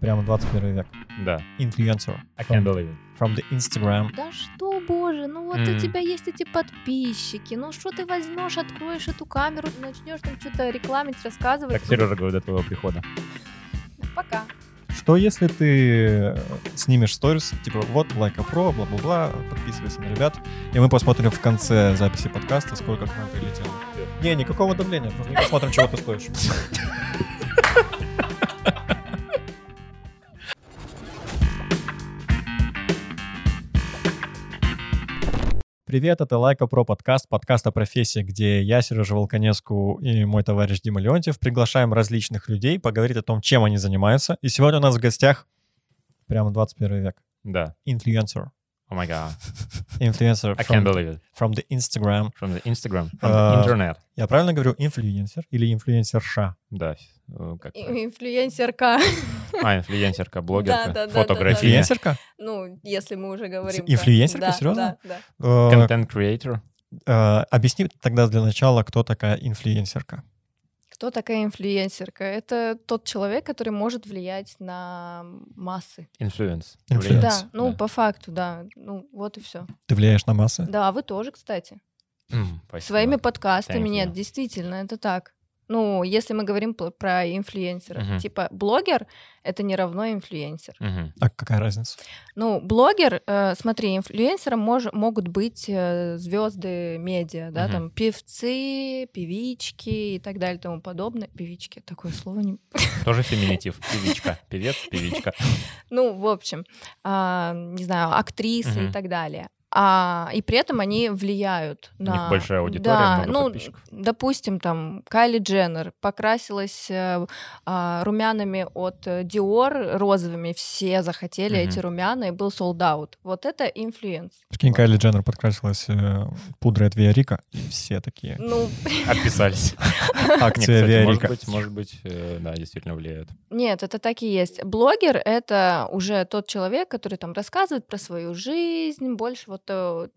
Прямо 21 век. Да. Influencer. I From, can't believe it. from the Instagram. Да что, боже, ну вот М. у тебя есть эти подписчики, ну что ты возьмешь, откроешь эту камеру, начнешь там что-то рекламить, рассказывать. ну, Так Сережа говорит до твоего прихода. Пока. Что если ты э, снимешь сторис, типа вот лайка про, бла-бла-бла, подписывайся на ребят, и мы посмотрим в конце записи подкаста, сколько к нам прилетело. Не, никакого давления, просто мы посмотрим, чего ты стоишь. Привет, это Лайка Про подкаст, подкаст о профессии, где я, Сережа Волконеску и мой товарищ Дима Леонтьев приглашаем различных людей поговорить о том, чем они занимаются. И сегодня у нас в гостях прямо 21 век. Да. Инфлюенсер. О my god. Инфлюенсер I can't from, believe it. from the Instagram. From the Instagram. From Э, the internet. Я правильно говорю инфлюенсер или инфлюенсерша? Да. э, Как... И- Инфлюенсерка. А, инфлюенсерка, блогерка, да, да, фотография, Инфлюенсерка? Ну, если мы уже говорим. про- инфлюенсерка? Да, Серьезно? Да, да. Э, контент-креатор. э, Объясни тогда для начала, кто такая инфлюенсерка. Кто такая инфлюенсерка? Это тот человек, который может влиять на массы. Influence. Influence. Влияние. Да, ну да. по факту, да. Ну вот и все. Ты влияешь на массы? Да, а вы тоже, кстати. М, спасибо. Своими подкастами. Thank you. Нет, действительно, это так. Ну, если мы говорим пл- про инфлюенсера, Мгм. типа блогер это не равно инфлюенсер. Мгм. А какая разница? Ну, блогер, э, смотри, инфлюенсером мож- могут быть э, звезды медиа, да, Мгм. там певцы, певички и так далее, тому подобное. Певички, такое слово не Тоже феминитив. Певичка. Певец, певичка. Ну, в общем, а, не знаю, актрисы Мгм. и так далее. А, и при этом они влияют У на... них большая аудитория, Да, много ну, подписчиков. допустим, там Кайли Дженнер покрасилась э, а, румянами от э, Dior, розовыми, все захотели Мгм. эти румяна, и был солдат. Вот это инфлюенс. Прикинь, Кайли Дженнер подкрасилась э, пудрой от Виарика, и все такие. Ну, Отписались. Не, Акция кстати, Может Виарика. быть, может быть, э, да, действительно влияет. Нет, это так и есть. Блогер — это уже тот человек, который там рассказывает про свою жизнь, больше вот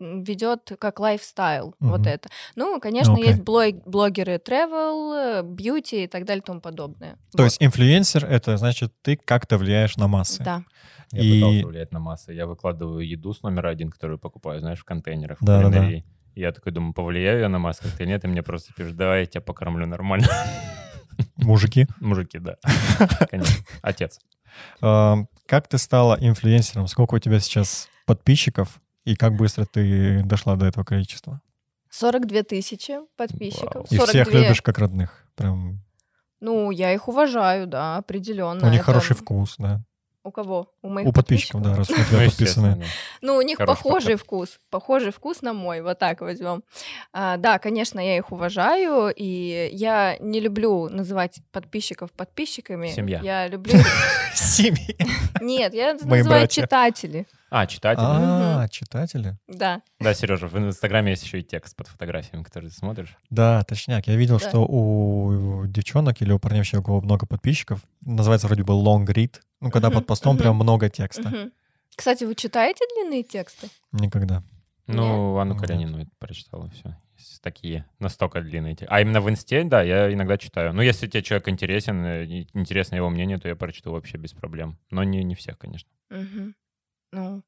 ведет как лайфстайл вот Мгм. это. Ну, конечно, Окей. есть блог- блогеры travel, э, бьюти и так далее и тому подобное. То Вот. есть инфлюенсер — это значит, ты как-то влияешь на массы. Да. Я И- пытался влиять на массы. Я выкладываю еду с номера один, которую покупаю, знаешь, в контейнерах. в Да-да-да. кулинарии. Я такой думаю, повлияю я на массы как-то или нет, и мне просто пишут, давай я тебя покормлю нормально. Мужики. Мужики, да. Конечно. Отец. Э, Как ты стала инфлюенсером? Сколько у тебя сейчас подписчиков? И как быстро ты дошла до этого количества? 42 тысячи подписчиков. И 42. всех любишь как родных. Прям Ну, я их уважаю, да, определенно. у них Это- хороший вкус, да. У кого? У моих У подписчиков, да, раз у Ну, тебя естественно, подписаны. да. Ну, у них Хороший похожий вкус. Похожий вкус на мой, вот так возьмем. А, да, конечно, я их уважаю, и я не люблю называть подписчиков подписчиками. Семья. Я люблю... Семьи. Нет, я это Мои называю братья. читатели. А, читатель. А, читатели? Да. Да, Сережа, в Инстаграме есть еще и текст под фотографиями, который ты смотришь. Да, точняк. Я видел, Да. что у девчонок или у парней вообще у кого много подписчиков, называется вроде бы long read, ну, когда Мгм, под постом мгм. прям много текста. Мгм. Кстати, вы читаете длинные тексты? Никогда. Ну, Анну Нет. Каренину это прочитала, все. Такие настолько длинные. те- А именно в инсте, да, я иногда читаю. Ну, если тебе человек интересен, э, и интересно его мнение, то я прочту вообще без проблем. Но не, не всех, конечно. Мгм. Ну,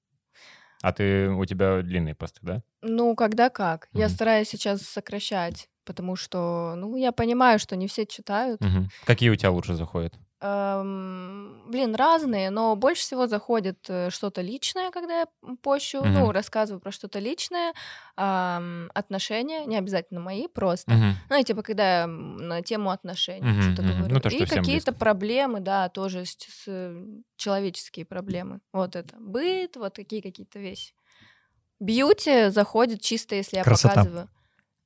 А ты, у тебя длинные посты, да? ну, когда как. Я Мгм. стараюсь сейчас сокращать, потому что, ну, я понимаю, что не все читают. Мгм. Какие у тебя лучше заходят? Эм, блин, разные, но больше всего заходит э, что-то личное, когда я м, пощу, Мгм. ну, рассказываю про что-то личное, ам, отношения, не обязательно мои, просто. Ну, и типа, когда я м, на тему отношений Мгм, что-то мгм. говорю. Ну, то, что и всем какие-то близко. проблемы, да, тоже с- с, э, человеческие проблемы. Вот это. Быт, вот такие какие-то вещи. Бьюти заходит чисто, если я Красота. показываю.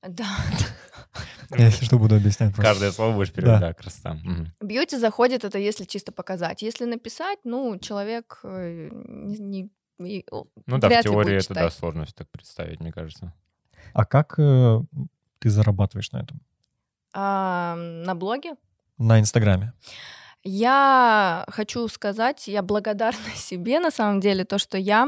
Да. Я, если что, буду объяснять просто. Каждое слово будешь переводить, да, красота. Мгм. Ну Бьюти заходит это если чисто показать. Если написать, ну, человек э, не... не- и, о, Ну да, в вряд ли теории будет это, да, читать. сложно так представить, мне кажется. А как э, ты зарабатываешь на этом? А, на блоге. На Инстаграме. Я хочу сказать, я благодарна себе на самом деле, то, что я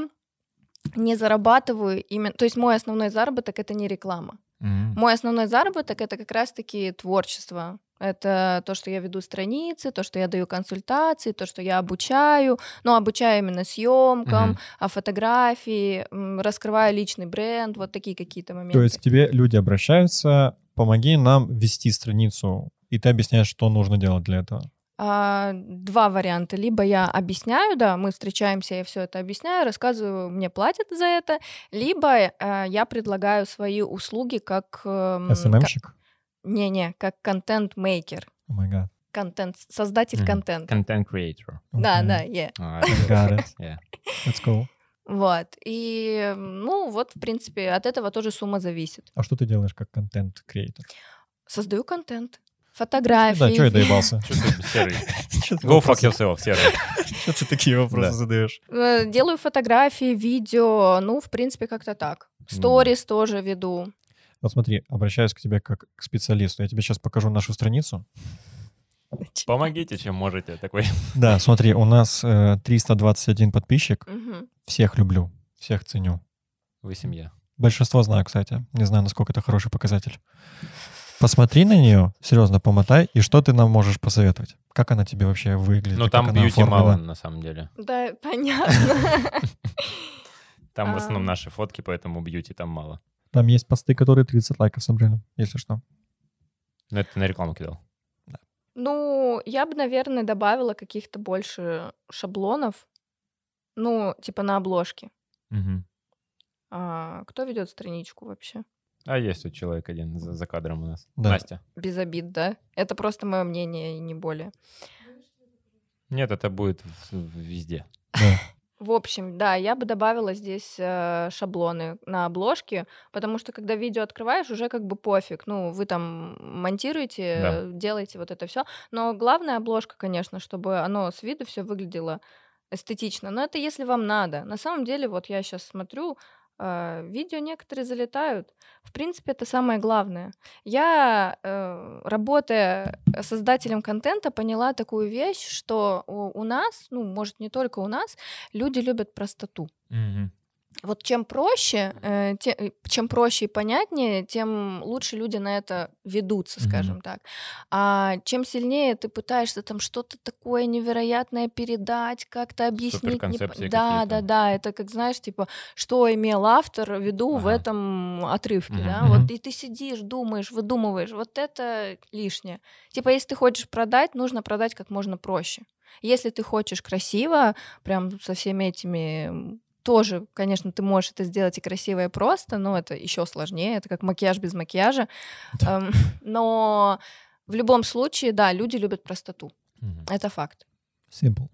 не зарабатываю именно... То есть мой основной заработок — это не реклама. Мой основной заработок — это как раз-таки творчество. Это то, что я веду страницы, то, что я даю консультации, то, что я обучаю, но обучаю именно съемкам, Мгм. а фотографии, м, раскрываю личный бренд, вот такие какие-то моменты. То есть к тебе люди обращаются, помоги нам вести страницу, и ты объясняешь, что нужно делать для этого. А, два варианта. Либо я объясняю, да, мы встречаемся, я все это объясняю, рассказываю, мне платят за это, либо э, я предлагаю свои услуги как... эм, ка- СММщик? Не-не, как контент-мейкер, О май гад. контент, создатель Мгм. контента. Content creator. Да, Окей. да, я. Got А, it. yeah. That's cool. Вот. И, э, ну, вот, в принципе, от этого тоже сумма зависит. А что ты делаешь как контент-креатор? Ну Создаю контент, Да, фотографии. что я доебался? Чё ты, серый? Чё ты Go fuck вопросы- yourself, серый. чё ты такие вопросы Да. задаешь? Э, Делаю фотографии, видео, ну, в принципе, как-то так. Сторис тоже веду. Вот смотри, обращаюсь к тебе как к специалисту. Я тебе сейчас покажу нашу страницу. Помогите, чем можете. Такой. Да, смотри, у нас э, 321 подписчик. Мгм. Всех люблю, всех ценю. Вы семья. Большинство знаю, кстати. Не знаю, насколько это хороший показатель. Посмотри на нее, серьезно, помотай, и что ты нам можешь посоветовать? Как она тебе вообще выглядит? Ну как там она бьюти оформлена? мало, на самом деле. Да, понятно. Там в основном А. наши фотки, поэтому бьюти там мало. Там есть посты, которые 30 лайков собрали, если что. Но это ты на рекламу кидал. Ну, я бы, наверное, добавила каких-то больше шаблонов. Ну, типа на обложке. А, кто ведет страничку вообще? А есть тут человек один за, за кадром у нас. Да. Настя. Без обид, да? Это просто мое мнение и не более. Нет, это будет в- в- везде. Да. В общем, да, я бы добавила здесь э, шаблоны на обложке, потому что когда видео открываешь, уже как бы пофиг. Ну, вы там монтируете, Да. э, делаете вот это все. Но главная обложка, конечно, чтобы оно с виду все выглядело эстетично. Но это если вам надо. На самом деле, вот я сейчас смотрю, э, видео некоторые залетают. В принципе, это самое главное. Я, э, работая создателем контента, поняла такую вещь, что у, у нас, ну, может, не только у нас, люди любят простоту. Вот чем проще, э, те- э, чем проще и понятнее, тем лучше люди на это ведутся, Мгм. скажем так. А чем сильнее ты пытаешься там что-то такое невероятное передать, как-то объяснить. непо- Суперконцепции Да, да, какие-то. да. Это как знаешь, типа, что имел автор в виду в Ага. этом отрывке, Мгм. да? Мгм. Вот и ты сидишь, думаешь, выдумываешь. Вот это лишнее. Типа, если ты хочешь продать, нужно продать как можно проще. Если ты хочешь красиво, прям со всеми этими м, тоже, конечно, ты можешь это сделать и красиво, и просто, но это еще сложнее, это как макияж без макияжа. Да. Эм, Но в любом случае, да, люди любят простоту. Мгм. Это факт. Simple.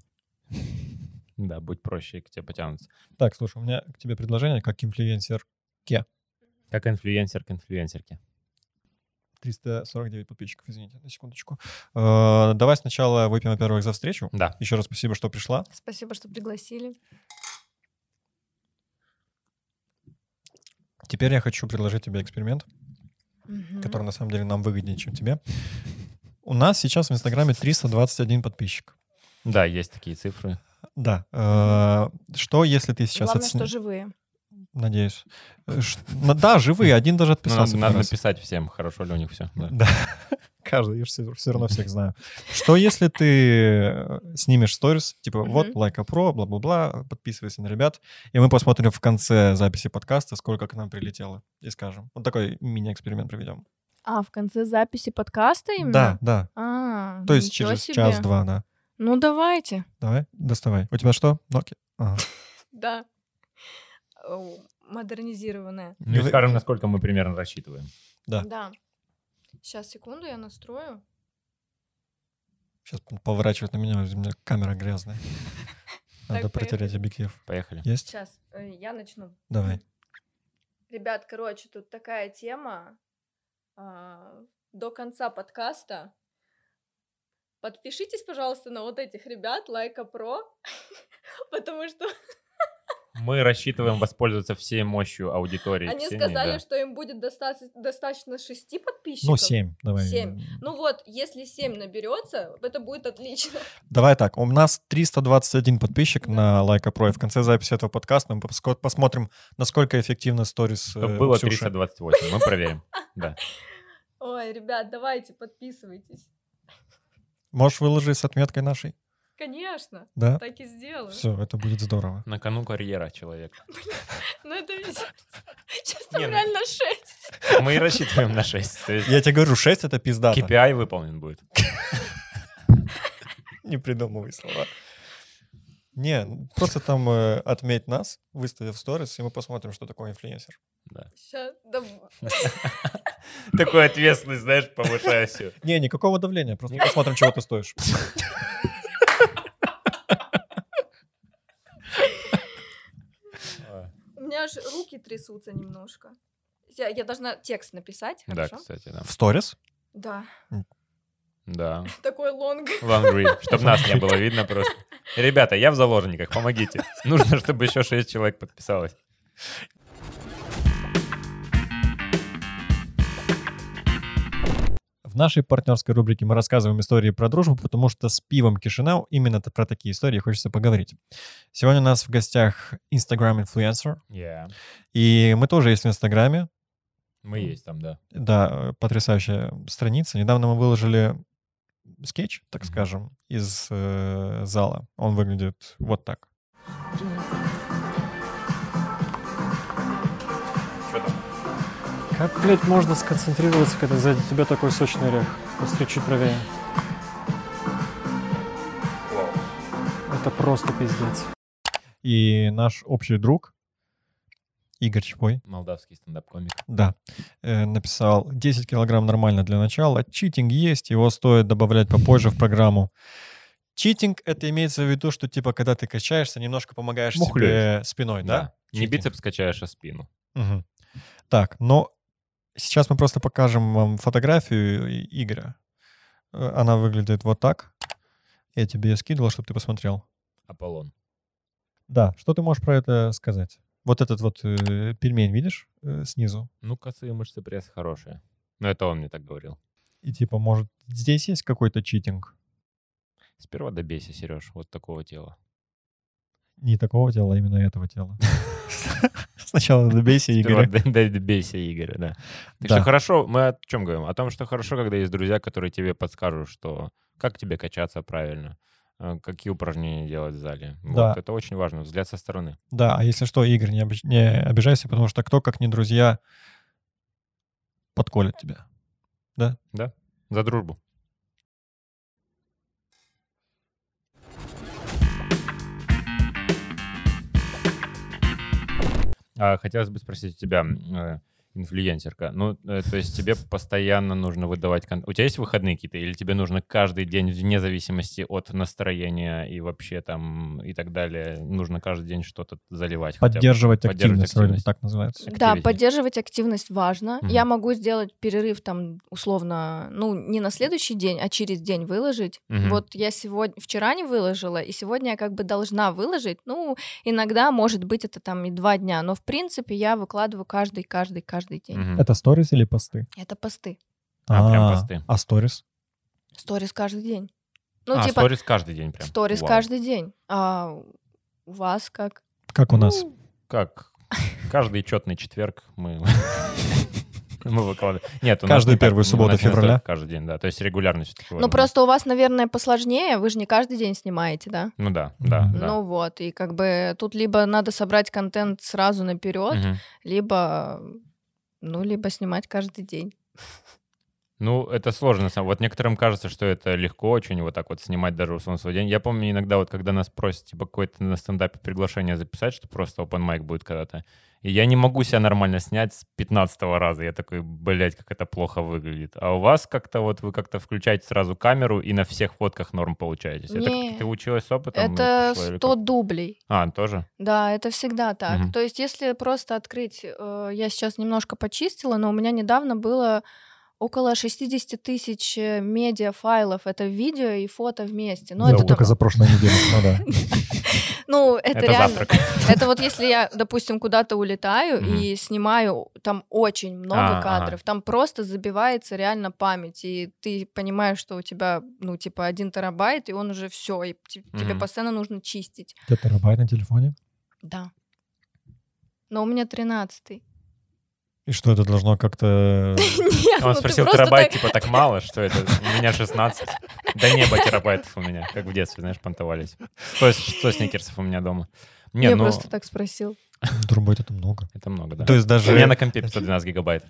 Да, будь проще, и к тебе потянутся. Так, слушай, у меня к тебе предложение как инфлюенсер. Как инфлюенсер к инфлюенсерке. 349 подписчиков, извините, на секундочку. Э, давай сначала выпьем, во-первых, за встречу. Да. Еще раз спасибо, что пришла. Спасибо, что пригласили. Теперь я хочу предложить тебе эксперимент, который на самом деле нам выгоднее, чем тебе. У нас сейчас в Инстаграме 321 подписчик. Да, есть такие цифры. Ну, Да. э, Что, если ты сейчас... Главное, отсня- что живые. Надеюсь. Э, ш- на- Да, живые, один даже Ну, надо отписался. надо пару раз. написать всем, хорошо ли у них все. Да. Каждый, я все, равно всех знаю. Что если ты э, снимешь сторис, типа Мгм. вот Лайка Про, бла-бла-бла, подписывайся на ребят, и мы посмотрим в конце записи подкаста, сколько к нам прилетело, и скажем. Вот такой мини-эксперимент проведем. А, в конце записи подкаста именно? Да, да. А, То есть ничего через себе. час-два, да. Ну, давайте. Давай, доставай. У тебя что? Ноки? Ага. Да. Оу, Модернизированная. Ну и Вы- скажем, насколько мы примерно рассчитываем. Да. Сейчас, секунду, я настрою. Сейчас поворачивает на меня, у меня камера грязная. Надо Так, поехали. протереть объектив. Поехали. Есть? Сейчас, э, я начну. Давай. Ребят, короче, тут такая тема. а, До конца подкаста подпишитесь, пожалуйста, на вот этих ребят, лайка про, потому что Мы рассчитываем воспользоваться всей мощью аудитории. они Ксении, сказали, да. что им будет доста- достаточно шести подписчиков. Ну, семь. Давай. Типа Семь. Ну вот, если 7 наберется, это будет отлично. Давай так, у нас 321 подписчик Да. на Лайка Про, и в конце записи этого подкаста мы поско- посмотрим, насколько эффективно сторис э, Было Ксюши. 328, мы проверим. Да. Ой, ребят, давайте, подписывайтесь. Можешь выложить с отметкой нашей? Конечно, Да? так и сделаю. Все, это будет здорово. На кону карьера человека. Ну это ведь... Сейчас Не, там ну- реально шесть. Мы и рассчитываем на 6. То есть Я тебе говорю, 6 это пиздато. KPI выполнен будет. Не придумывай слова. Не, ну, просто там э, отметь нас, выставив сторис, и мы посмотрим, что такое инфлюенсер. Сейчас... Да... Такой ответственный, знаешь, повышаю все. Не, никакого давления, просто посмотрим, чего ты стоишь. У меня аж руки трясутся немножко. Я, я должна текст написать, Да, хорошо? кстати, да. В сторис? Да. Да. Такой лонг. чтобы нас не было видно просто. Ребята, я в заложниках, помогите. Нужно, чтобы еще 6 человек подписалось. В нашей партнерской рубрике мы рассказываем истории про дружбу, потому что с пивом Кишинау именно т- про такие истории хочется поговорить. Сегодня у нас в гостях Instagram-инфлюенсер, и мы тоже есть в Инстаграме, Мы есть там, да. Да, э, потрясающая страница. Недавно мы выложили скетч, так Мгм. скажем, из э, зала. Он выглядит вот так. Как, блядь, можно сконцентрироваться, когда сзади тебя такой сочный орех? Посмотри чуть правее. Это просто пиздец. И наш общий друг Игорь Чапой, Молдавский стендап-комик. да, э, написал 10 килограмм нормально для начала. Читинг есть, его стоит добавлять попозже в программу. Читинг — это имеется в виду, что типа когда ты качаешься, немножко помогаешь себе Мухляешь. спиной, да? Не Читинг. бицепс качаешь, а спину. Мгм. Так, но сейчас мы просто покажем вам фотографию И- Игоря. Э, Она выглядит вот так. Я тебе ее скидывал, чтобы ты посмотрел. Аполлон. Да, что ты можешь про это сказать? Вот этот вот э, пельмень, видишь, э, снизу? Ну, косые мышцы пресса хорошие. Ну, это он мне так говорил. И типа, может, здесь есть какой-то читинг? Сперва добейся, Сереж, вот такого тела. Не такого тела, а именно этого тела. Сначала добейся Сперва Игоря. д- д- добейся Игоря, да. Так Да. что хорошо, мы о чем говорим? О том, что хорошо, когда есть друзья, которые тебе подскажут, что как тебе качаться правильно, э, какие упражнения делать в зале. Вот, Да. это очень важно, взгляд со стороны. Да, а если что, Игорь, не обиж- не обижайся, потому что кто, как не друзья, подколет тебя. За дружбу. А, хотелось бы спросить у тебя, э, инфлюенсерка, ну, э, то есть тебе постоянно нужно выдавать... кон- У тебя есть выходные какие-то, или тебе нужно каждый день, вне зависимости от настроения и вообще там и так далее, нужно каждый день что-то заливать? хотя бы? Поддерживать Поддерживать активность, вроде бы активность. так называется. Да, Активнее. поддерживать активность важно. Мгм. Я могу сделать перерыв там условно, ну не на следующий день, а через день выложить. Мгм. Вот я сегодня, вчера не выложила, и сегодня я как бы должна выложить. Ну иногда может быть это там и два дня, но в принципе я выкладываю каждый, каждый, каждый день. Мгм. Это сторис или посты? Это посты, А, прям посты. А сторис? сторис каждый день. Ну а, типа сторис каждый день прям? сторис Вау. каждый день. А у вас как? Как у нас? Ну, Как? Каждый четный четверг мы... Мы выкладываем. Нет, у нас Каждую не так, первую у нас субботу не настолько февраля. Каждый день, да. То есть регулярно все-таки. Ну просто у вас, наверное, посложнее. Вы же не каждый день снимаете, да? Ну да, да, Мгм. да. Ну вот, и как бы тут либо надо собрать контент сразу наперед, Мгм. либо ну, либо снимать каждый день. Ну, это сложно. на самом- Вот некоторым кажется, что это легко очень вот так вот снимать даже условно свой день. Я помню иногда вот, когда нас просят, типа, какое-то на стендапе приглашение записать, что просто open mic будет когда-то. И я не могу себя нормально снять с 15 раза. Я такой, блядь, как это плохо выглядит. А у вас как-то вот вы как-то включаете сразу камеру и на всех фотках норм получаетесь. Это Не, как ты училась с опытом? и это пришло, или 100 как? дублей. А, тоже? Да, это всегда так. Мгм. То есть, если просто открыть, э, я сейчас немножко почистила, но у меня недавно было около 60 тысяч э, медиафайлов. Это видео и фото вместе. Но За это, утро. только- за прошлую неделю. Ну да. ну, это, Это реально. завтрак. Это вот если я, допустим, куда-то улетаю Мгм. и снимаю там очень А, много ага. кадров, там просто забивается реально память, и ты понимаешь, что у тебя, ну, типа, один терабайт, и он уже все, и те- тебе Мгм. постоянно нужно чистить. Это терабайт на телефоне. Да. Но у меня тринадцатый. И И что это должно как-то... Нет, ну Он ты спросил, просто терабайт, так- типа, так мало, что это? У меня 16. До неба терабайтов у меня, как в детстве, знаешь, понтовались. 100, 100 сникерсов у меня дома. Не, Я ну, просто так спросил. Турбойт это много. это много, да. То есть У меня даже... на компе 512 гигабайт.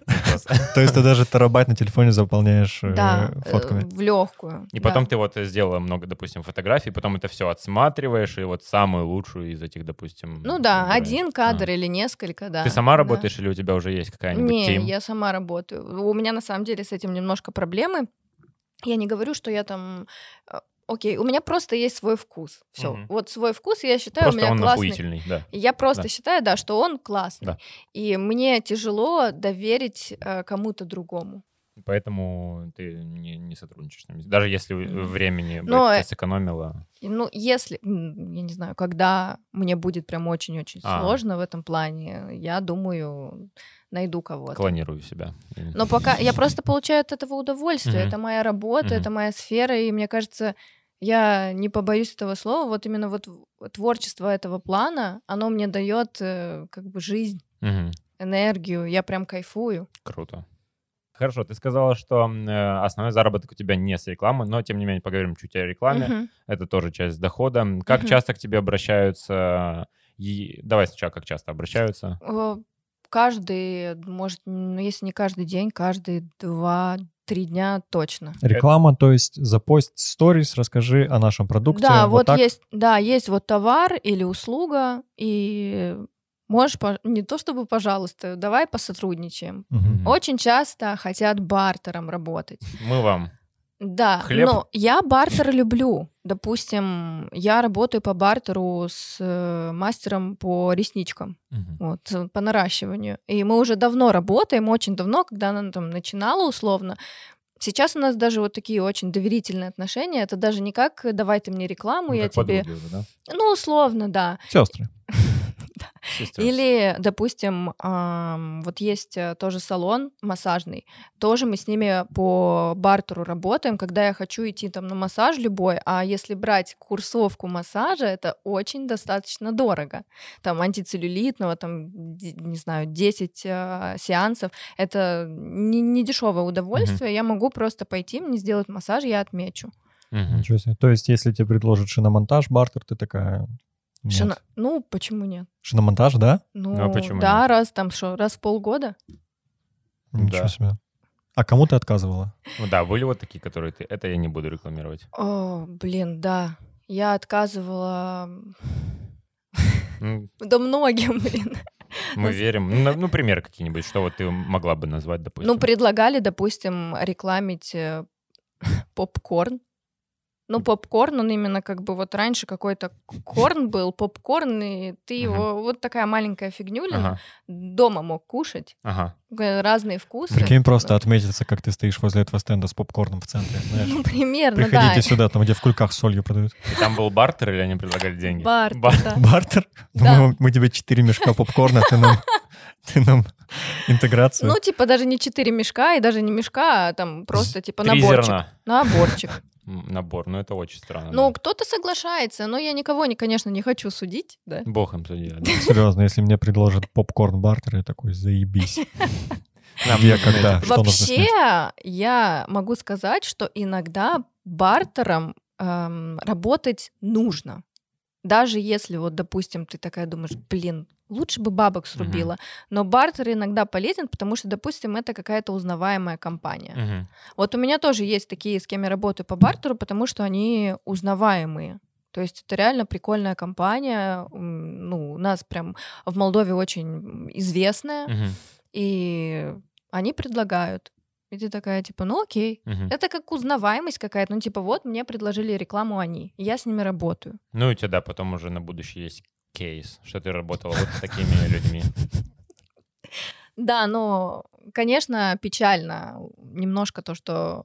То есть ты даже терабайт на телефоне заполняешь э, Да, э, фотками. в легкую. И потом ты вот сделала много, допустим, фотографий, потом это все отсматриваешь, и вот самую лучшую из этих, допустим... Ну да, выбираешь. один А. кадр или несколько, да. Ты сама да. работаешь или у тебя уже есть какая-нибудь Не, тим? я сама работаю. У меня на самом деле с этим немножко проблемы. Я не говорю, что я там. э, Окей, у меня просто есть свой вкус. Все. Мгм. Вот свой вкус, я считаю, у Просто меня он классный. нахуительный, да. Я просто Да. считаю, да, что он классный. Да. И мне тяжело доверить э, кому-то другому. Поэтому ты не, не сотрудничаешь с ними. Даже если Мгм. времени Но, бы э, ты сэкономила. И, Ну, если, м, я не знаю, когда мне будет прям очень-очень А. сложно в этом плане, я думаю, найду кого-то. Клонирую себя. Но пока я просто получаю от этого удовольствие. Мгм. Это моя работа, Мгм. это моя сфера, и мне кажется, я не побоюсь этого слова. Вот именно вот в- творчество этого плана, оно мне дает э, как бы жизнь, Мгм. энергию. Я прям кайфую. Круто. Хорошо, ты сказала, что м, э, основной заработок у тебя не с рекламы, но тем не менее поговорим чуть о рекламе. Мгм. Это тоже часть дохода. Как Мгм. часто к тебе обращаются? и- Давай сначала, как часто обращаются? Э, Каждый, может, ну если не каждый день, каждые два-три дня точно. Реклама, то есть запост сторис, расскажи о нашем продукте. Да, вот, так. есть, да, есть вот товар или услуга, и можешь, пож- не то чтобы, пожалуйста, давай посотрудничаем. Мгм. Мгм. Очень часто хотят бартером работать. Мы вам. Да, Хлеб? но я бартер люблю. Допустим, я работаю по бартеру с э, мастером по ресничкам, Мгм. вот, э, по наращиванию. И мы уже давно работаем, очень давно, когда она там начинала условно. Сейчас у нас даже вот такие очень доверительные отношения. Это даже не как э, «давай ты мне рекламу, Ну, я как тебе...» подруги уже, да? Ну, условно, да. Сестры. Сестер. Или, допустим, ам, вот есть э, тоже салон массажный, тоже мы с ними по бартеру работаем, когда я хочу идти там на массаж любой, а если брать курсовку массажа, это очень достаточно дорого. Там антицеллюлитного, там, де- не знаю, 10 э, сеансов, это не, не дешевое удовольствие, я могу просто пойти, мне сделать массаж, я отмечу. Мгм. Ничего себе. То есть, если тебе предложат шиномонтаж, бартер, ты такая... нет. Шина- Ну, почему нет? Шиномонтаж, да? Ну, а почему да, нет? раз там что, раз в полгода. Ничего Да. себе. А кому ты отказывала? Ну Да, были вот такие, которые ты... Это я не буду рекламировать. О, блин, да. Я отказывала м, М, да многим, блин. Мы Нас- верим. Ну, на- ну, примеры какие-нибудь, что вот ты могла бы назвать, допустим. Ну, предлагали, допустим, рекламить э, попкорн. Ну, попкорн, он именно как бы вот раньше какой-то корн был, попкорн, и ты Мгм. его, вот такая маленькая фигнюля, Ага, дома мог кушать, ага. э, разные вкусы. Прикинь, просто отметиться, как ты стоишь возле этого стенда с попкорном в центре, знаешь. Ну, примерно, да. Приходите сюда, там, где в кульках с солью продают. И там был бартер или они предлагали деньги? Бар, Бар- да. Бартер? Ну, Да. Мы, вам- мы тебе четыре мешка попкорна, ты нам, ты нам интеграцию. Ну, типа, даже не четыре мешка, и даже не мешка, а там просто, типа, Три наборчик. зерна. Наборчик. М, Набор, ну это очень странно. Ну, да. кто-то соглашается, но я никого, не, конечно, не хочу судить, да. Бог им судья. да. Серьезно, если мне предложат попкорн бартер, я такой, заебись. Нам Где, нужно когда? это- Что нужно Вообще, я могу сказать, что иногда бартером эм, работать нужно. Даже если, вот, допустим, ты такая думаешь, блин, лучше бы бабок срубила. Но бартер иногда полезен, потому что, допустим, это какая-то узнаваемая компания. Мгм. Вот у меня тоже есть такие, с кем я работаю по бартеру, потому что они узнаваемые. То есть это реально прикольная компания. м, Ну, у нас прям в Молдове очень м, известная, Мгм. и они предлагают. И ты такая, типа, ну окей. Мгм. Это как узнаваемость какая-то. Ну, типа, вот мне предложили рекламу они, и я с ними работаю. Ну, у тебя, да, потом уже на будущее есть кейс, что ты работала вот с такими людьми. Да, но, конечно, печально немножко то, что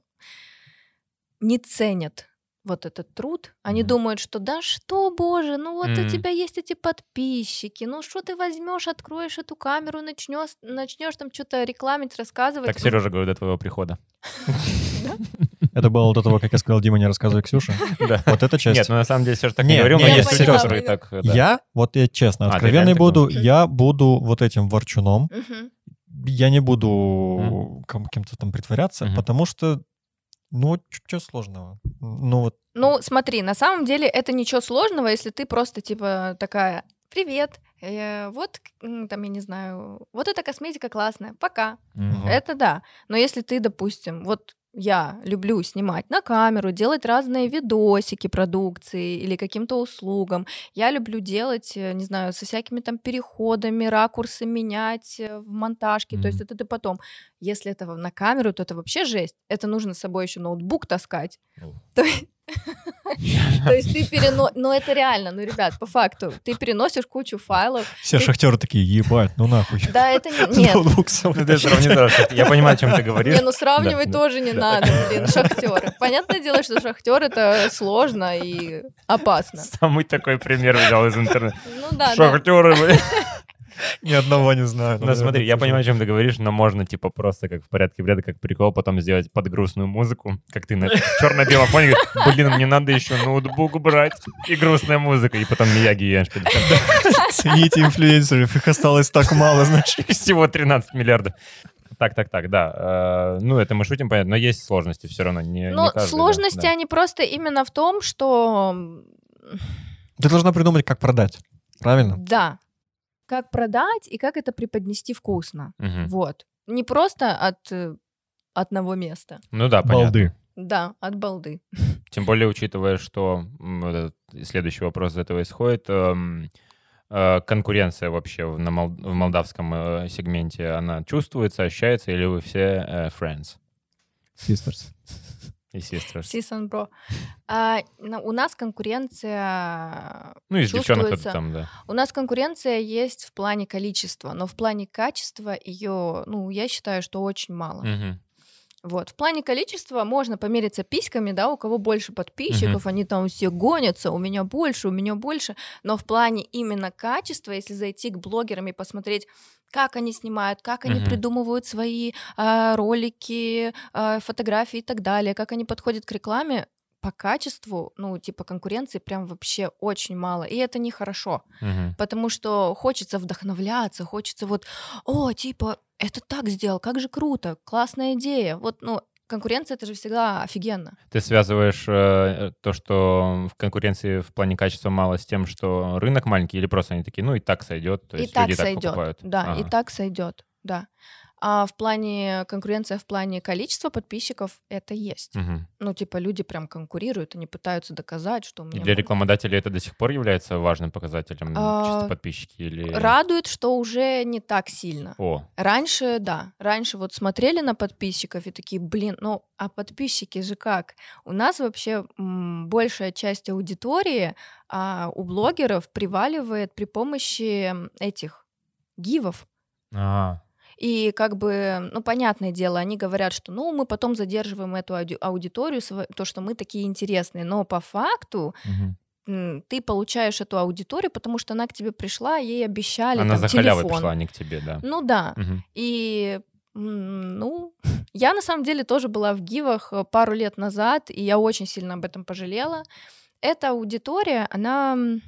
не ценят вот этот труд. Они Мгм. думают, что да что, боже, ну вот у Мгм. тебя есть эти подписчики, ну что ты возьмешь, откроешь эту камеру, начнешь, начнешь там что-то рекламить, рассказывать. Так Сережа говорю до твоего прихода. Это было до того, как я сказал, Дима, не рассказывай Ксюше. Да. Вот эта часть. Нет, ну на самом деле Сережа так не Нет, говорил, но нет, есть я люди, поняла, которые поняла. так... э, да. Я, вот я честно, А, ты откровенный реально так буду, думаешь? я буду вот этим ворчуном. Мгм. я не буду ком- кем-то там притворяться, Мгм. потому что, ну, чуть-чуть сложного. Ну, вот Ну, смотри, на самом деле это ничего сложного, если ты просто типа такая «Привет, э, вот, м, там, я не знаю, вот эта косметика классная, пока». Мгм. Это да. Но если ты, допустим, вот я люблю снимать на камеру, делать разные видосики продукции или каким-то услугам. Я люблю делать, э, не знаю, со всякими там переходами, ракурсы менять э, в монтажке. То есть Мгм. это ты потом. Если это на камеру, то это вообще жесть. Это нужно с собой еще ноутбук таскать. О. То е- то есть ты переносишь... Но это реально, ну, ребят, по факту. Ты переносишь кучу файлов. все шахтеры такие, ебать, ну нахуй. Да, это не... Нет, Ноутбук с собой Ну, ты сравни, да, что- Я понимаю, о чем ты говоришь. Не, ну сравнивать да. тоже не надо, блин, шахтеры. Понятное дело, что шахтер это сложно и опасно. Самый такой пример взял из интернета. Ну да, да. Шахтеры, блин. Ни одного не знаю. Ну смотри, я наверное, понимаю, о чем ты говоришь, но можно типа просто как в порядке бреда, как прикол, потом сделать под грустную музыку, как ты на черно-белом фоне говоришь, блин, мне надо еще ноутбук брать и грустная музыка, и потом Мияги и Эйнштейн. Цените инфлюенсеров, их осталось так мало, значит. Всего 13 миллиардов. Так, так, так, да. Э, Ну, это мы шутим, понятно, но есть сложности все равно. не- не Но каждый, да, Ну, сложности, да. Ну. они просто именно в том, что м, Ты должна придумать, как продать. Правильно? да, как продать и как это преподнести вкусно. Мгм. Вот. Не просто от э, одного места. Ну да, понятно. Балды. Да, от балды. Тем более, учитывая, что м, вот этот следующий вопрос из этого исходит, эм, э, конкуренция вообще в, на мол- в молдавском э, сегменте, она чувствуется, ощущается, или вы все э, friends и sisters? Сисан бро. А, на- у нас конкуренция Ну, из девчонок это чувствуется. там, да. У нас конкуренция есть в плане количества, но в плане качества ее, ну, я считаю, что очень мало. Мгм. Вот. В плане количества можно помериться письками, да, у кого больше подписчиков, они там все гонятся, у меня больше, у меня больше. Но в плане именно качества, если зайти к блогерам и посмотреть, как они снимают, как они Мгм. придумывают свои а, ролики, а, фотографии и так далее, как они подходят к рекламе, по качеству, ну, типа конкуренции прям вообще очень мало. И это нехорошо Мгм. потому что хочется вдохновляться, хочется вот, о, типа, это так сделал, как же круто, классная идея. Вот, ну, конкуренция это же всегда офигенно. Ты связываешь э, то, что в конкуренции в плане качества мало, с тем, что рынок маленький, или просто они такие, ну и так сойдет, то и есть так люди так сойдет. покупают? да, и Ага. так сойдет, да. А в плане конкуренция, в плане количества подписчиков это есть. Мгм. Ну, типа, люди прям конкурируют, они пытаются доказать, что у И меня. для больше. рекламодателей это до сих пор является важным показателем, А, чисто подписчики или... Радует, что уже не так сильно. О, Раньше, да, раньше вот смотрели на подписчиков и такие, блин, ну а подписчики же как? У нас вообще м, большая часть аудитории а, у блогеров приваливает при помощи м, этих гивов. А, И как бы, ну, понятное дело, они говорят, что, ну, мы потом задерживаем эту ауди- аудиторию, сво- то, что мы такие интересные, но по факту мгм. м, ты получаешь эту аудиторию, потому что она к тебе пришла, ей обещали Она там, за халявой телефон. пришла, а не к тебе, да. Ну да, Мгм. и м, ну, я на самом деле тоже была в гивах э, пару лет назад, и я очень сильно об этом пожалела. Эта аудитория, она м,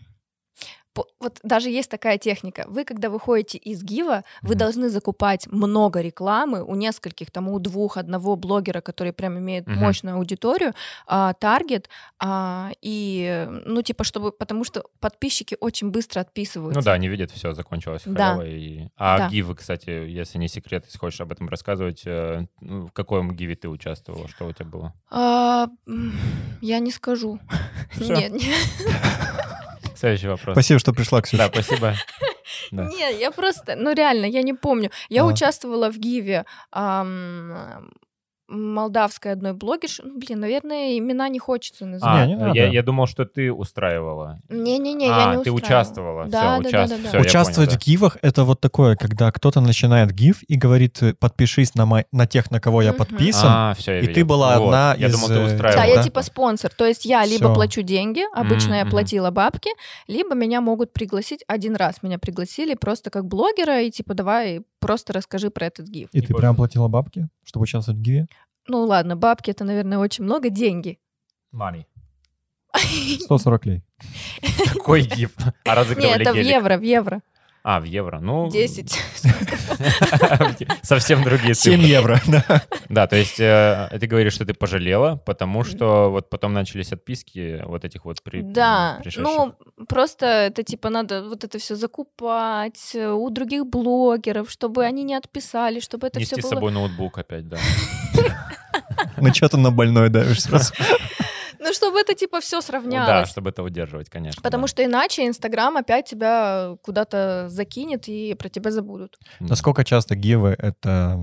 по- вот даже есть такая техника. Вы, когда выходите из гива, вы Мгм. должны закупать много рекламы у нескольких, там, у двух, одного блогера, который прям имеет Мгм. мощную аудиторию, а, таргет, а, и, э, ну, типа, чтобы, потому что подписчики очень быстро отписываются. Ну да, они видят, все, закончилось Да. халява. и- А Да. гивы, кстати, если не секрет, если хочешь об этом рассказывать, э, ну, в каком гиве ты участвовала, что у тебя было? А, м, я не скажу. Всё. Нет, не- Следующий вопрос. Спасибо, что пришла, Да, Ксюша. спасибо. Да. Не, я просто, ну реально, я не помню. Я А. участвовала в Гиве ам, молдавской одной блогерши. Ну, блин, наверное, имена не А, хочется Не, называть. не надо. я, я думал, что ты устраивала. Не-не-не, а, я не ты устраивала. участвовала. Да, все, да, участ... да, да, всё, да. я понял, Участвовать да. в гивах — это вот такое, когда кто-то начинает гив и говорит, э, подпишись на, мой- на тех, на кого я Мгм. подписан, А, все, я и видел. ты была Вот, одна Я из, думал, ты э, устраивала. Да, я да? типа спонсор. То есть я либо Всё. плачу деньги, обычно я Мгм. платила бабки, либо меня могут пригласить. Один раз меня пригласили просто как блогера, и типа давай просто расскажи про этот гив. И ты прям платила бабки, чтобы участвовать в гиве? Ну ладно, бабки это, наверное, очень много, деньги. Money. 140 лей. Какой гиф? А Не, разыгрывали это в гелик. евро, в евро. А, в евро. Ну, 10. Совсем другие 7 цифры. евро, да. Да, то есть э, ты говоришь, что ты пожалела, потому что вот потом начались отписки вот этих вот при Да, пришедших. ну просто это типа надо вот это все закупать э, у других блогеров, чтобы они не отписали, чтобы это все Нести с было. собой ноутбук опять, да. Ну что ты на больной давишь сразу? Ну чтобы это типа все Ну Да, сравнялось. чтобы это удерживать, конечно. Потому что иначе Инстаграм опять тебя куда-то закинет и про тебя забудут. Насколько часто гивы — это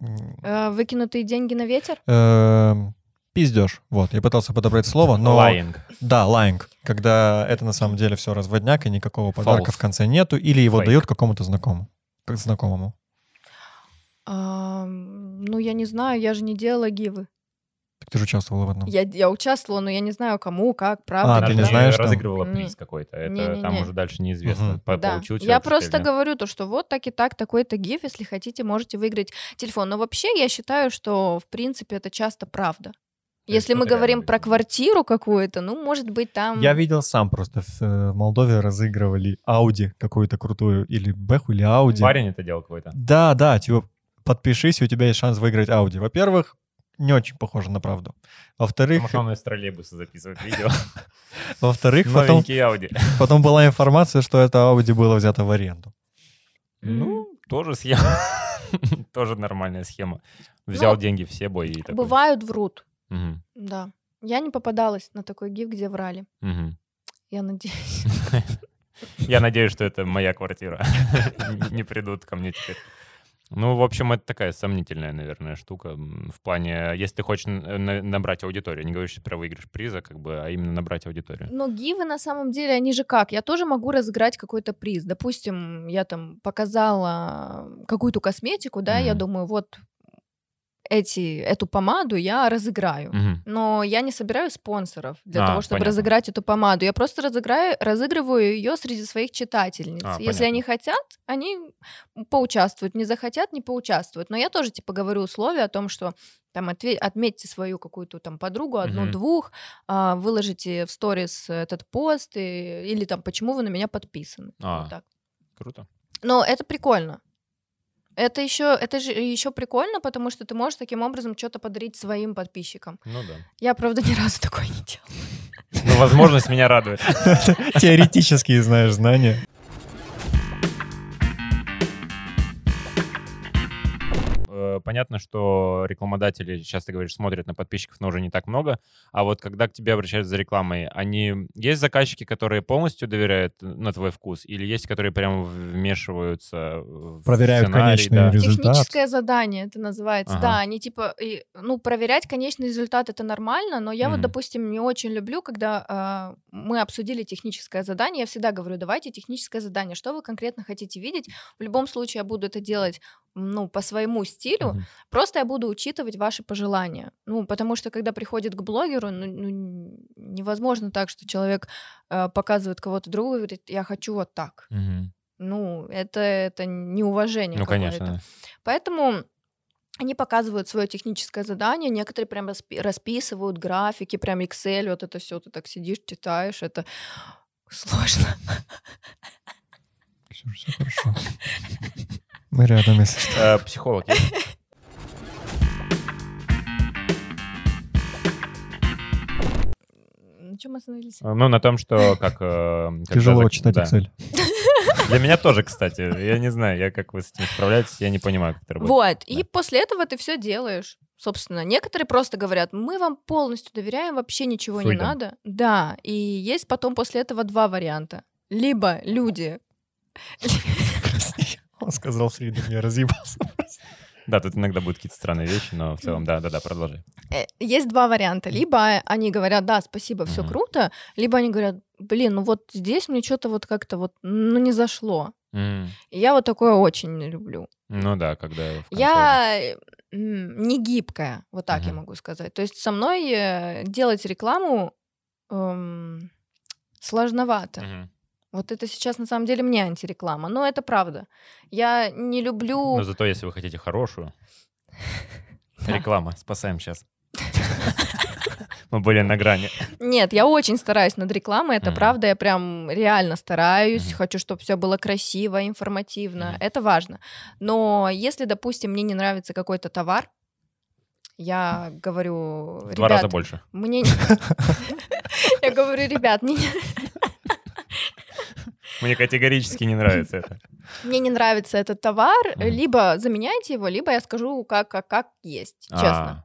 м, Э, Выкинутые деньги на ветер? эм, пиздеж? Вот, я пытался подобрать слово, но... Ну, Лайинг. Да, лайнг. Когда это на самом деле все разводняк, и никакого подарка False. в конце нету, или его Fake. дают какому-то знакомому. Как знакомому. А, ну, я не знаю, я же не делала гивы. Так ты же участвовала в одном. Я, я участвовала, но я не знаю, кому, как, правда. А, ты Она не же неправда. знаешь там? разыгрывала Не. приз какой-то. Это Не-не-не. там уже дальше неизвестно. Мгм. По- Да. Получил Я человек просто или нет. говорю то, что вот так и так, такой-то гиф, если хотите, можете выиграть телефон. Но вообще я считаю, что в принципе это часто правда. есть Если мы что-то говорим реально про есть. квартиру какую-то, ну, может быть, там... Я видел сам просто. В э, Молдове разыгрывали Ауди какую-то крутую, или Бэху, или Ауди. Парень это делал какой-то. Да, да, типа подпишись, и у тебя есть шанс выиграть Ауди. Во-первых, не очень похоже на правду. Во-вторых, Потому что он из троллейбуса записывает видео. во-вторых, потом, Новенький Ауди. потом была информация, что это Ауди было взято в аренду. Ну, тоже схема. Тоже нормальная схема. Взял Ну, деньги все бой и такой. Бывают врут, Мгм. да. Я не попадалась на такой гиф, где врали. Мгм. Я надеюсь. Я надеюсь, что это моя квартира. Не- Не придут ко мне теперь. Ну, в общем, это такая сомнительная, наверное, штука. м, В плане, если ты хочешь н- на- набрать аудиторию, не говоришь про выигрыш приза, как бы, а именно набрать аудиторию. Но гивы на самом деле, они же как? Я тоже могу разыграть какой-то приз. Допустим, я там показала какую-то косметику, да, я Мгм. думаю, вот эти, эту помаду я разыграю. Мгм. Но я не собираю спонсоров для А, того, чтобы понятно. разыграть эту помаду. Я просто разыграю, разыгрываю ее среди своих читательниц. А, Если они хотят, они поучаствуют. Не захотят, не поучаствуют. Но я тоже, типа, говорю условия о том, что там отве- отметьте свою какую-то там подругу, Мгм. одну-двух, а, выложите в сторис этот пост и- или там, почему вы на меня подписаны. А. Вот так. Круто. Но это прикольно. Это еще, это же еще прикольно, потому что ты можешь таким образом что-то подарить своим подписчикам. Ну да. Я, правда, ни разу такое не делала. Ну, возможность меня радует. Теоретические, знаешь, знания. Э, Понятно, что рекламодатели, сейчас ты говоришь, смотрят на подписчиков, но уже не так много. А вот когда к тебе обращаются за рекламой, они есть заказчики, которые полностью доверяют на твой вкус, или есть, которые прям вмешиваются в Проверяют сценарий, конечный да? результат. Техническое задание это называется. Ага. Да, они типа, и, ну, проверять конечный результат это нормально, но я вот, Мгм. допустим, не очень люблю, когда а, мы обсудили техническое задание. Я всегда говорю, давайте техническое задание, что вы конкретно хотите видеть. В любом случае я буду это делать, м, ну, по своему стилю, Мгм. Просто я буду учитывать ваши пожелания. Ну, потому что, когда приходит к блогеру, ну, ну, н- невозможно так, что человек э, показывает кого-то другого и говорит, я хочу вот так. Мгм. Ну, это, это неуважение Ну, какое-то. конечно. да. Поэтому они показывают свое техническое задание, некоторые прям распи- расписывают графики, прям Excel, вот это все, ты так сидишь, читаешь, это сложно. Ксюша, все хорошо. Мы рядом, если что. Э, Психолог есть? На чем остановились? Ну, на том, что как... э, когда Тяжело зак- читать да. Excel. Для меня тоже, кстати. Я не знаю, я как вы с этим справляетесь, я не понимаю, как это работает. Вот, и после этого ты все делаешь. Собственно, некоторые просто говорят, мы вам полностью доверяем, вообще ничего не Freedom. надо. Да, и есть потом после этого два варианта. Либо люди... Он сказал Фридом, я разъебался. Да, тут иногда будут какие-то странные вещи, но в целом, да-да-да, продолжи. Э, Есть два варианта. Либо они говорят, да, спасибо, все Мгм. круто. Либо они говорят, блин, ну вот здесь мне что-то вот как-то вот, ну не зашло. М. И я вот такое очень не люблю. Ну да, когда... в конце Я э, м, не гибкая, вот так я Мгм. могу сказать. То есть со мной э, делать рекламу эм, сложновато. уже. Мгм. Вот это сейчас на самом деле мне антиреклама, но это правда. Я не люблю... Но Ну, зато, если вы хотите хорошую, Да. реклама, спасаем сейчас. Мы были на грани. Нет, я очень стараюсь над рекламой, это Мгм. правда, я прям реально стараюсь, Мгм. хочу, чтобы все было красиво, информативно, Мгм. это важно. Но если, допустим, мне не нравится какой-то товар, я говорю, В два раза «Ребят, больше. мне... Я говорю, ребят, мне Мне категорически не нравится это. мне не нравится этот товар, Мгм. либо заменяйте его, либо я скажу, как, как, как есть, честно.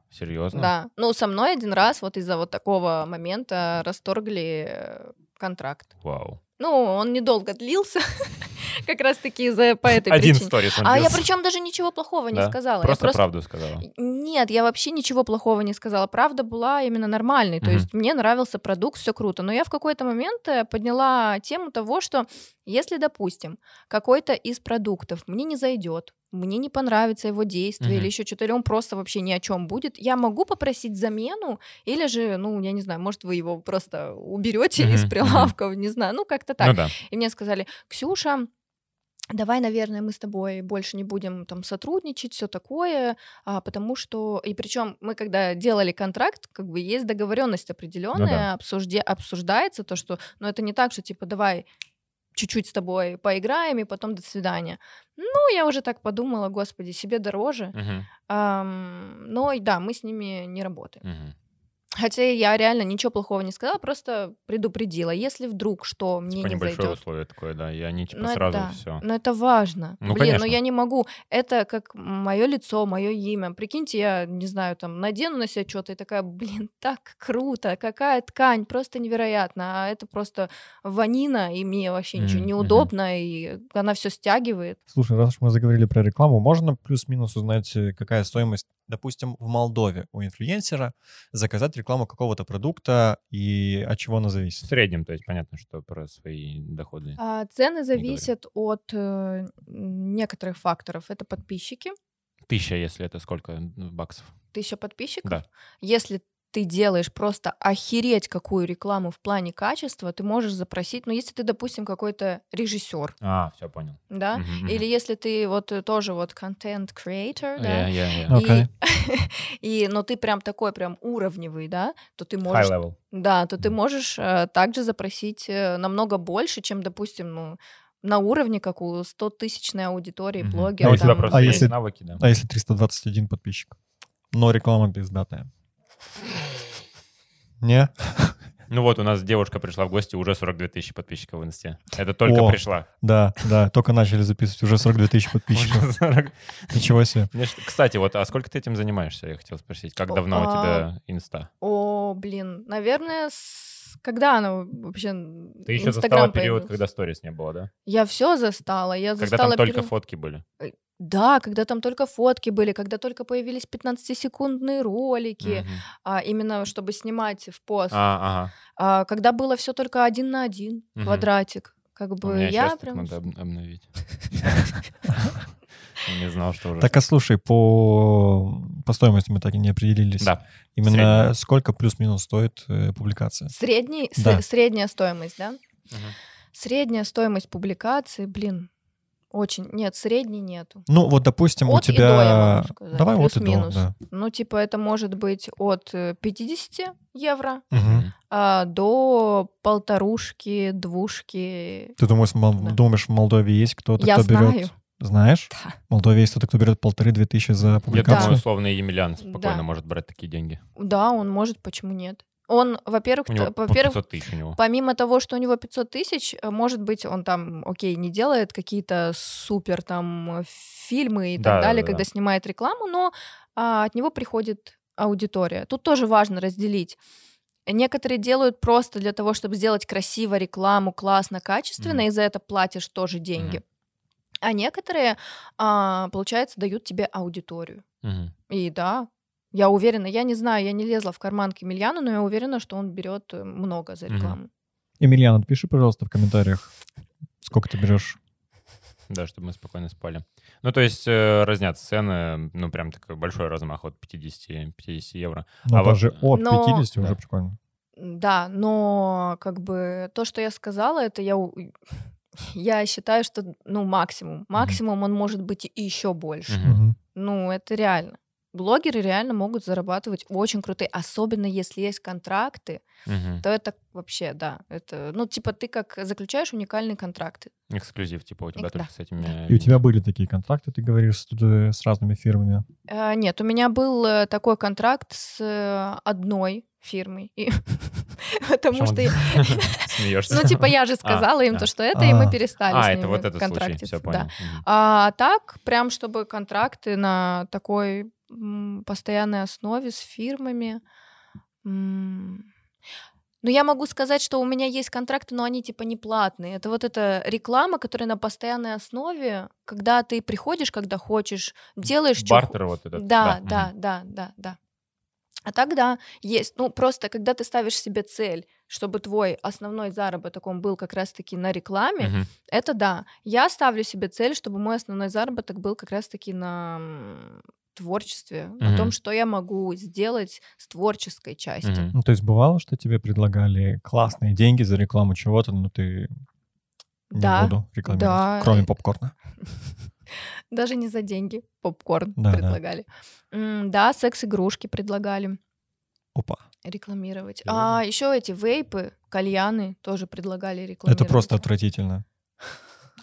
А, Серьезно? Да. Ну, со мной один раз вот из-за вот такого момента расторгли э, контракт. Вау. Ну, он недолго длился, как раз-таки из-за по этой Один причине. сторис. он А я бился. причем даже ничего плохого не Да. сказала. я Просто, правду сказала. Нет, я вообще ничего плохого не сказала. Правда была именно нормальной. То Мгм. есть мне нравился продукт, все круто. Но я в какой-то момент э, подняла тему того, что если, допустим, какой-то из продуктов мне не зайдет, мне не понравится его действие Мгм. или еще что-то, или он просто вообще ни о чем будет, я могу попросить замену, или же, ну, я не знаю, может, вы его просто уберете из Мгм, мгм. прилавков, не знаю, ну, как-то так. Ну да. И мне сказали, Ксюша, давай, наверное, мы с тобой больше не будем там сотрудничать, все такое, а, потому что... И причем мы, когда делали контракт, как бы есть договоренность определенная, обсуждается то, что... Но это не так, что типа давай чуть-чуть с тобой поиграем и потом до свидания. Ну, я уже так подумала, господи, себе дороже. Мгм, Ам, но и да, мы с ними не работаем. мгм. Хотя я реально ничего плохого не сказала, просто предупредила. Если вдруг что мне Типа не небольшое зайдет, условие такое, да. Я не типа ну, это сразу да. все. Но это важно. Ну, Блин, конечно. ну я не могу. Это как мое лицо, мое имя. Прикиньте, я не знаю, там надену на себя что-то и такая, блин, так круто, какая ткань, просто невероятно. А это просто ванина, и мне вообще ничего Мгм, мгм. неудобно, и она все стягивает. Слушай, раз уж мы заговорили про рекламу, можно плюс-минус узнать, э, какая стоимость, допустим, в Молдове у инфлюенсера заказать рекламу какого-то продукта и от чего она В зависит? среднем, то есть понятно, что про свои доходы. А цены говорю. зависят от э, некоторых факторов. Это подписчики, Тысяча, если это сколько ну, баксов? тысяча подписчиков. Да. Если ты делаешь просто охереть какую рекламу в плане качества, ты можешь запросить, ну, если ты, допустим, какой-то режиссер, А, все понял. да, Мгм, мгм. или если ты вот э, тоже вот контент-креатор, Я- да, я- я. Ну, Окей. и, и, но ты прям такой прям уровневый, да, то ты High можешь, level. да, то ты Мгм. можешь э, также запросить э, намного больше, чем, допустим, ну, на уровне, как у 100-тысячной аудитории Мгм. блогера. Ну, у тебя там. просто А есть если- навыки, да. А если 321 подписчик? Но реклама пиздатая. Не? Ну вот, у нас девушка пришла в гости, уже 42 тысячи подписчиков в инсте. Это только О, пришла. Да, да, только начали записывать, уже 42 тысячи подписчиков. Уже 40. Ничего себе. Мне ж- Кстати, вот, а сколько ты этим занимаешься, я хотел спросить. Как давно у А. тебя инста? О, блин, наверное, с- когда она вообще Ты Ты еще застала период, когда сторис не было, да? Я все застала, я Когда застала там только период- фотки были. Да, когда там только фотки были, когда только появились 15-секундные ролики, Мгм. а, именно чтобы снимать в пост. А, ага. А, когда было все только один на один Мгм. квадратик. Как У бы меня я сейчас прям. надо об- обновить. Я Не знал, что уже. Так, а слушай, по, по стоимости мы так и не определились. Да. Именно сколько плюс-минус стоит э, публикация? Средний, с- Да. Средняя стоимость, да? Мгм. Средняя стоимость публикации, блин, очень. Нет, средней нету. Ну, вот, допустим, у От и до, я тебя... могу сказать, Давай вот и до, плюс-минус. да. Ну, типа, это может быть от э, 50 евро Мгм. Мгм. а, до полторушки, двушки. Ты думаешь, в Мол- Да. думаешь, в Молдове есть кто-то, Я кто знаю. берет... Знаешь? Да. В Молдове есть кто-то, кто берет полторы-две тысячи за Я публикацию. думаю, условно, Емельян Да. спокойно может брать такие деньги. Да, он может, почему нет? Он, во-первых, У него т- по во-первых, 500 тысяч у него. помимо того, что у него 500 тысяч, э, может быть, он там, окей, не делает какие-то супер там э, фильмы и так Да, да, далее, да, когда да. снимает рекламу, но а, от него приходит аудитория. Тут тоже важно разделить. Некоторые делают просто для того, чтобы сделать красиво рекламу, классно, качественно, Мгм. и за это платишь тоже деньги. Мгм. А некоторые, а, получается, дают тебе аудиторию. Мгм. И да, я уверена, я не знаю, я не лезла в карман к Емельяну, но я уверена, что он берет э, много за Мгм. рекламу. Емельян, напиши, пожалуйста, в комментариях, сколько ты берешь. Да, чтобы мы спокойно спали. Ну, то есть э, разнятся цены, ну, прям такой большой размах от 50, 50 евро. Ну, А вот- даже от Но- 50 уже Да. прикольно. Да, но как бы то, что я сказала, это я у- я считаю, что ну максимум, максимум он может быть и еще больше. Мгм. Мгм. Ну это реально. блогеры реально могут зарабатывать очень крутые, особенно если есть контракты, Мгм. то это вообще, да, это, ну, типа ты как заключаешь уникальные контракты. Эксклюзив, типа, у тебя Да. только с этими... И у тебя были такие контракты, ты говоришь, с, э, с разными фирмами. Э, нет, у меня был э, такой контракт с э, одной фирмой, и- потому Почему что, я- Смеешься. ну, типа я же сказала им а. то, что это, и мы А. перестали с А, это ними вот этот случай, контрактиться, все да. понял. Мгм. А так, прям чтобы контракты на такой м, постоянной основе с фирмами. м. Ну, я могу сказать, что у меня есть контракты, но они типа не платные. Это вот эта реклама, которая на постоянной основе, когда ты приходишь, когда хочешь, делаешь чё хо- Бартер вот этот. да, да, мгм. да, да, да. А тогда есть, ну просто когда ты ставишь себе цель, чтобы твой основной заработок он был как раз-таки на рекламе, Мгм. это да. Я ставлю себе цель, чтобы мой основной заработок был как раз-таки на м, творчестве, на Мгм. том, что я могу сделать с творческой частью. Мгм. Ну, то есть бывало, что тебе предлагали классные деньги за рекламу чего-то, но ты не Да, буду рекламировать, да. кроме попкорна. даже не за деньги попкорн Да, да. предлагали. М, Да, секс-игрушки предлагали Опа. рекламировать. Серьёзно? А еще эти вейпы, кальяны тоже предлагали рекламировать. Это просто отвратительно.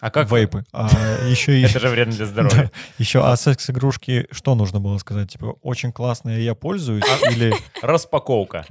А как Вейпы. А еще и... Это же вредно для здоровья. Еще, а секс-игрушки, что нужно было сказать? Типа, очень классные, я пользуюсь? А Или Распаковка.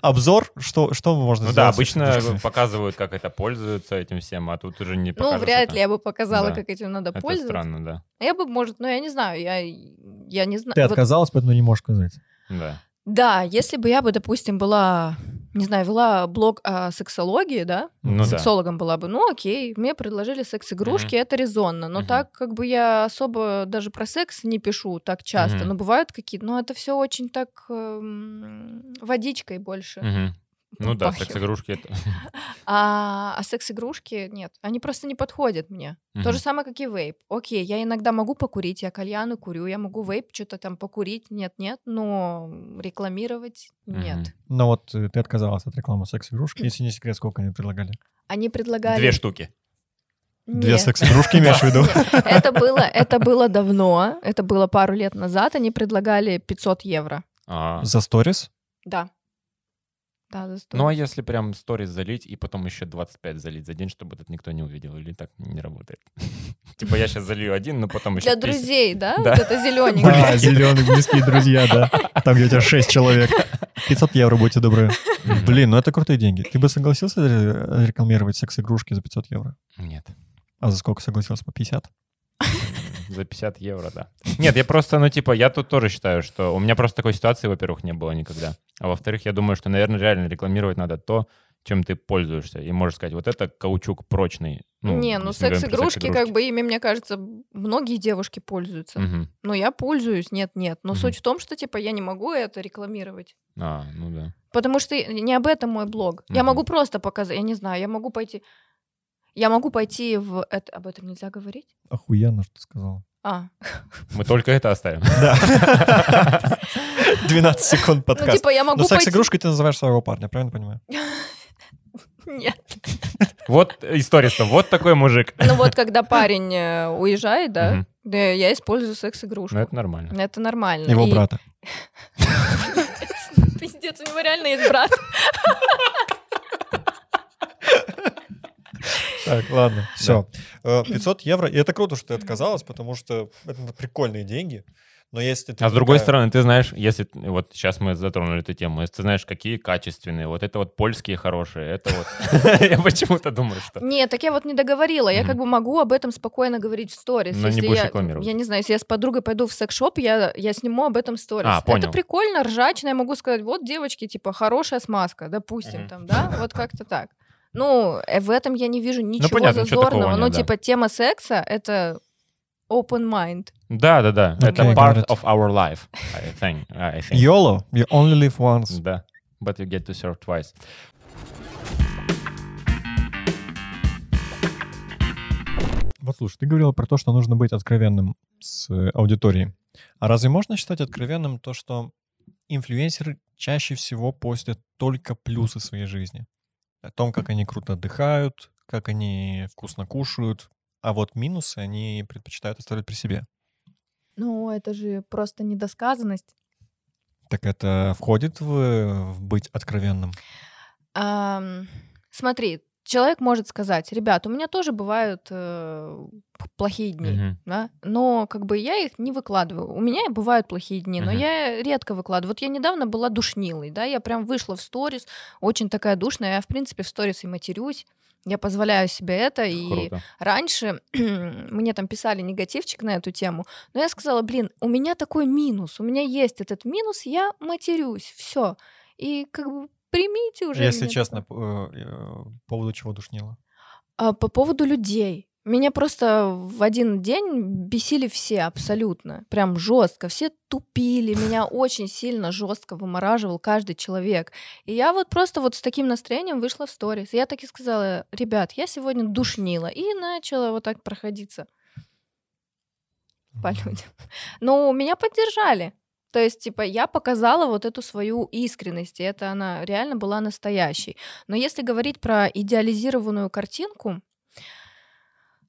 обзор? Что, что можно Ну да, сделать с обычно игрушками? показывают, как это пользуются этим всем, а тут уже не Ну, покажешь вряд это. ли я бы показала, Да. как этим надо Это пользоваться. странно, да. А Я бы, может, ну, я не знаю, я, я не знаю. Ты Вот- отказалась, поэтому не можешь сказать. Да. Да, если бы я бы, допустим, была, не знаю, вела блог о сексологии, да, Ну да. сексологом была бы, ну окей, мне предложили секс-игрушки, это резонно, но Мгм. так как бы я особо даже про секс не пишу так часто, Мгм. но бывают какие-то, но это все очень так эм, водичкой больше. Мгм. Ну да, Попахивает. секс-игрушки это... А, а секс-игрушки нет, они просто не подходят мне. То Мгм. же самое, как и вейп. Окей, я иногда могу покурить, я кальяны курю, я могу вейп что-то там покурить, нет-нет, но рекламировать нет. Мгм. Но вот э, ты отказалась от рекламы секс-игрушки, если не секрет, сколько они предлагали? Они предлагали... Две штуки. Две Нет. секс-игрушки имеешь в виду? Нет, Это было, это было давно, это было пару лет назад, они предлагали 500 евро. А. За сторис? Да. Да, за сто. Ну а если прям сторис залить и потом еще 25 залить за день, чтобы этот никто не увидел, или так не работает? Типа я сейчас залью один, но потом еще Для друзей, да? Да. Вот это зелененькое. Да, зеленые близкие друзья, да. Там, где у тебя 6 человек. 500 евро, будьте добры. Блин, ну это крутые деньги. Ты бы согласился ре- рекламировать секс-игрушки за 500 евро? Нет. А за сколько согласился? По 50? За 50 евро, да. Нет, я просто, ну, типа, я тут тоже считаю, что у меня просто такой ситуации, во-первых, не было никогда. А во-вторых, я думаю, что, наверное, реально рекламировать надо то, чем ты пользуешься. И можешь сказать, вот это каучук прочный. Не, ну если мы говорим про секс-игрушки, как бы ими, мне кажется, многие девушки пользуются. Мгм. Но я пользуюсь, нет-нет. Но Мгм. суть в том, что, типа, я не могу это рекламировать. А, ну да. Потому что не об этом мой блог. Я Мгм. могу просто показать, я не знаю, я могу пойти... Я могу пойти в... это- об этом нельзя говорить? Охуенно, что ты сказал. А, Мы только это оставим. Да. 12 секунд ну подкаст. типа я могу Но пойти... секс-игрушкой ты называешь своего парня, правильно понимаю? Нет. Вот история, что вот такой мужик. Ну вот, когда парень э, уезжает, да, Мгм. да, я использую секс-игрушку. Ну, это нормально. Это нормально. Его И- брата. Пиздец, у него реально есть брат. Так, ладно, все. 500 евро. И это круто, что ты отказалась, потому что это прикольные деньги. Но если ты А с другой такая- стороны, ты знаешь, если т- вот сейчас мы затронули эту тему, если ты знаешь, какие качественные, вот это вот польские хорошие, это вот я почему-то думаю, что Нет, так я вот не договорила. Я Мгм. как бы могу об этом спокойно говорить в сторис. Но не если будешь я, рекламировать. Я не знаю, если я с подругой пойду в секс-шоп, я, я сниму об этом сторис. А, понял. Это прикольно, ржачно. Я могу сказать, вот, девочки, типа, хорошая смазка, допустим, Мгм. там, да? Вот как-то так. Ну, э, в этом я не вижу ничего Ну, понятно, ничего такого зазорного. ну, нет, да. типа, тема секса — это open mind. Да, да, да. Ну, Это как part говорят. of our life. I think. I think. YOLO, you only live once. Да. But you get to serve twice. Вот слушай, ты говорила про то, что нужно быть откровенным с э, аудиторией. А разве можно считать откровенным то, что инфлюенсеры чаще всего постят только плюсы своей жизни? О том, как они круто отдыхают, как они вкусно кушают, а вот минусы они предпочитают оставлять при себе. Ну, это же просто недосказанность. Так это входит в, в быть откровенным? Ам, смотри, человек может сказать, ребят, у меня тоже бывают э, п- плохие дни, Мгм. да, но как бы я их не выкладываю. У меня и бывают плохие дни, но Мгм. я редко выкладываю. Вот я недавно была душнилой, да, я прям вышла в сторис, очень такая душная, я в принципе в сторис и матерюсь, я позволяю себе это, и Круто. раньше мне там писали негативчик на эту тему, но я сказала, блин, у меня такой минус, у меня есть этот минус, я матерюсь, все. И как бы примите уже. Если меня честно, п- э, э, по поводу чего душнило? а, по поводу людей. Меня просто в один день бесили все абсолютно, прям жестко. Все тупили, меня очень сильно жестко вымораживал каждый человек. И я вот просто вот с таким настроением вышла в сторис. И Я так и сказала, ребят, я сегодня душнила. И начала вот так проходиться по людям. Но меня поддержали. То есть, типа, я показала вот эту свою искренность, и это она реально была настоящей. Но если говорить про идеализированную картинку,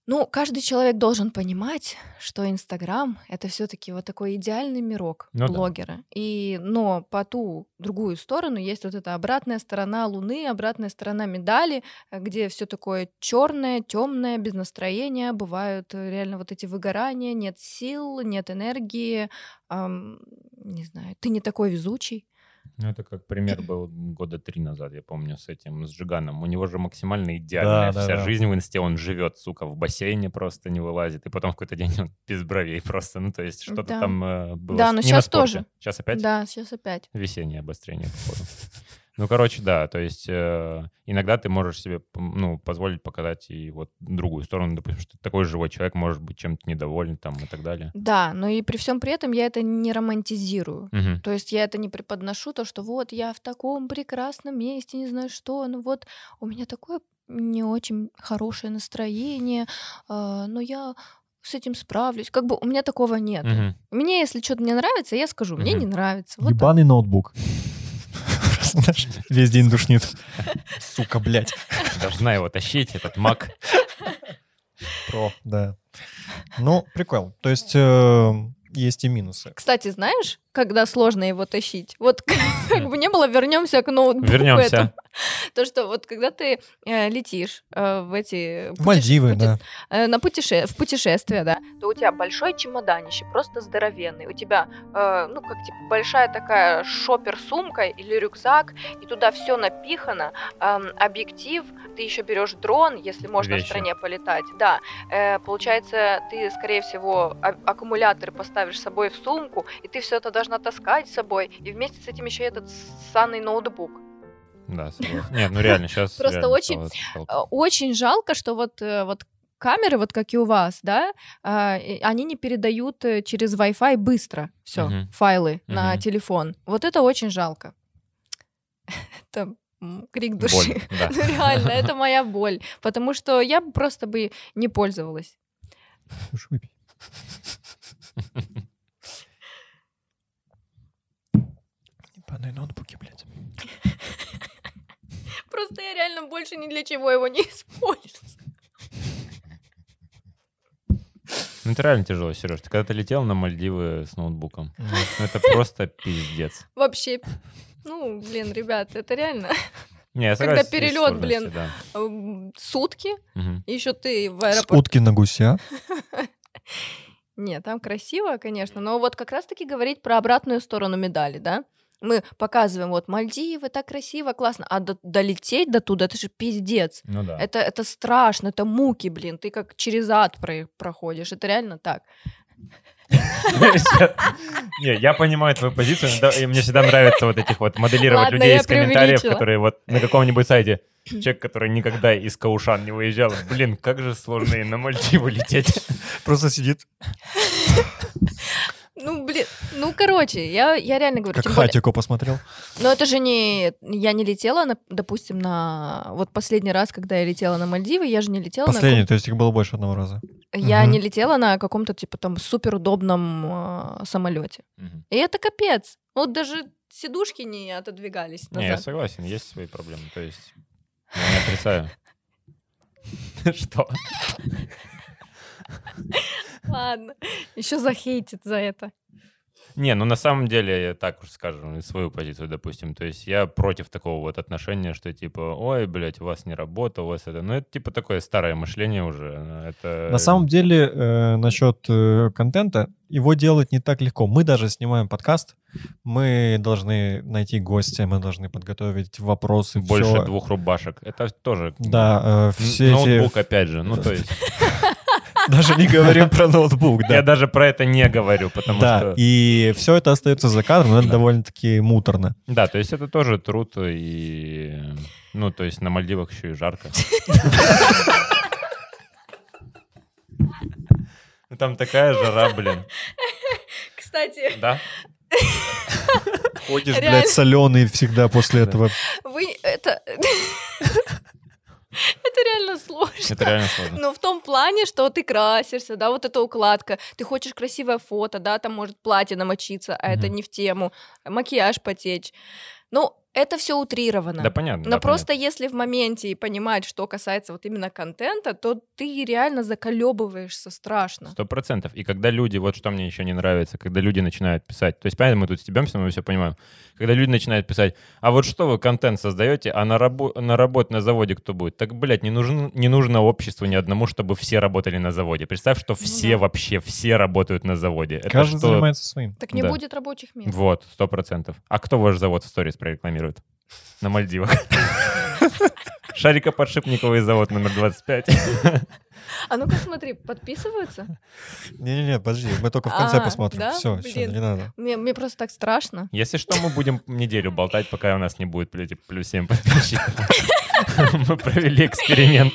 ну, каждый человек должен понимать, что Инстаграм — это все таки вот такой идеальный мирок Ну да. блогера. И, но по ту другую сторону есть вот эта обратная сторона Луны, обратная сторона медали, э, где все такое черное, темное, без настроения, бывают э, реально вот эти выгорания, нет сил, нет энергии, ам, не знаю, ты не такой везучий. Ну, это как пример был года три назад, я помню, с этим, с Джиганом. У него же максимально идеальная Да, да, вся да. жизнь в инсте. Он живет, сука, в бассейне просто не вылазит. И потом в какой-то день он без бровей просто. Ну, то есть что-то Да. там э, было. Да, с- но не на щас спорте. тоже. Сейчас опять? Да, сейчас опять. Весеннее обострение, походу. Ну, короче, да, то есть э, иногда ты можешь себе м, ну, позволить показать и вот другую сторону, допустим, что такой живой человек может быть чем-то недоволен там и так далее. Да, но и при всем при этом я это не романтизирую. Мгм. То есть я это не преподношу, то, что вот я в таком прекрасном месте, не знаю что, ну вот у меня такое не очень хорошее настроение, а, но я с этим справлюсь. Как бы у меня такого нет. Мгм. Мне, если что-то не нравится, я скажу, мне Мгм. не нравится. Вот так. Ебаный ноутбук. Знаешь, Весь день душнит. Сука, блядь. Должна его тащить, этот маг. Про, да. Ну, прикол. То есть э, есть и минусы. Кстати, знаешь, когда сложно его тащить? Вот как бы не было, вернемся к ноутбуку. Вернемся. этому. То, что вот когда ты э, летишь э, в эти... В Мальдивы, путеше- да. э, на путеше... в путешествие, да, то у тебя большой чемоданище, просто здоровенный. У тебя, э, ну, как типа большая такая шопер-сумка или рюкзак, и туда все напихано, эм, объектив, ты еще берешь дрон, если можно Вещи. в стране полетать, да. Э, получается, ты, скорее всего, а- аккумулятор поставишь с собой в сумку, и ты все это должна таскать с собой, и вместе с этим еще этот ссаный ноутбук. Да, согласен. Нет, ну реально, сейчас... Просто очень, Э, очень жалко, что вот, э, вот камеры, вот как и у вас, да, а, и они не передают э, через Wi-Fi быстро все, Мгм. файлы на Мгм. телефон. Вот это очень жалко. Это м, крик души. Боль, да. Ну, реально, это моя боль. Потому что я б просто бы не пользовалась. Слушай, выпей. Ебаные ноутбуки, блядь. Просто я реально больше ни для чего его не использую. Ну, это реально тяжело, Сереж. Ты когда-то летел на Мальдивы с ноутбуком. Ну, Ну, это просто пиздец. Вообще. Ну, блин, ребят, это реально э, Не, я Когда согласен, есть перелет, блин. сложности, да. эм, сутки. Мгм. Еще ты в С аэропорту. утки на гуся. Нет, там красиво, конечно, но вот как раз-таки говорить про обратную сторону медали, да? Мы показываем, вот, Мальдивы, так красиво, классно, а до- долететь до туда, это же пиздец. Ну да. Это, это страшно, это муки, блин, ты как через ад про- проходишь, это реально так. Не, я понимаю твою позицию, но да, и мне всегда нравится вот этих вот моделировать Ладно, людей я из комментариев, преувеличила. которые вот на каком-нибудь сайте человек, который никогда из Каушан не выезжал. Блин, как же сложно и на Мальдивы лететь. Просто сидит, Ну, блин, ну, короче, я, я реально говорю, как тем более- хатику посмотрел. Но это же не... Я не летела, на- допустим, на... Вот последний раз, когда я летела на Мальдивы, я же не летела на каком- Последний, то есть их было больше одного раза. Я Мгм. не летела на каком-то, типа, там, суперудобном а, самолете. Мгм. И это капец. Вот даже сидушки не отодвигались Не, я назад. согласен, есть свои проблемы, то есть я не отрицаю. Что? Ладно. Еще захейтит за это. Не, ну на самом деле, я так уж скажем, свою позицию, допустим. То есть я против такого вот отношения, что типа, ой, блядь, у вас не работа, у вас это. Ну, это типа такое старое мышление уже. Это... На самом деле, э, насчет э, контента, его делать не так легко. Мы даже снимаем подкаст, мы должны найти гостя, мы должны подготовить вопросы. больше всё. двух рубашек. Это тоже Да, э, м, все ноутбук, эти... опять же. Ну, то есть Даже не говорим про ноутбук, я да. даже про это не говорю, потому Да, что... и все это остается за кадром, но это Да. довольно-таки муторно. Да, то есть это тоже труд и... Ну, то есть на Мальдивах еще и жарко. Ну, Там такая жара, блин. Кстати, Да? Ходишь, Реально. блядь, соленый всегда после Да. этого. вы... Это... Это реально сложно. Это реально сложно. Ну, в том плане, что ты красишься, да, вот эта укладка, ты хочешь красивое фото, да, там может платье намочиться, а это Мгм. не в тему, макияж потечь. Ну, это все утрировано. Да, понятно. Но да, Ну, просто если в моменте и понимать, что касается вот именно контента, то ты реально заколебываешься понятно. страшно. Сто процентов. И когда люди, вот что мне еще не нравится, когда люди начинают писать, то есть, понятно, мы тут стебемся, но мы все понимаем, когда люди начинают писать, а вот что вы контент создаете, а на, рабо- на работе на заводе кто будет? Так, блядь, не, нужен, не нужно обществу ни одному, чтобы все работали на заводе. Представь, что все да. вообще, все работают на заводе. Это Каждый что- занимается своим. Так не Да. будет рабочих мест. Вот, сто процентов. А кто ваш завод в сторис прорекламирует? На Мальдивах. Шарикоподшипниковый завод номер 25. А ну-ка смотри, подписываются? Не-не-не, подожди, мы только в конце А, посмотрим. да? Все, все, Блин. не надо. Мне, мне просто так страшно. Если что, мы будем неделю болтать, пока у нас не будет блядь, плюс 7 подписчиков. Мы провели эксперимент.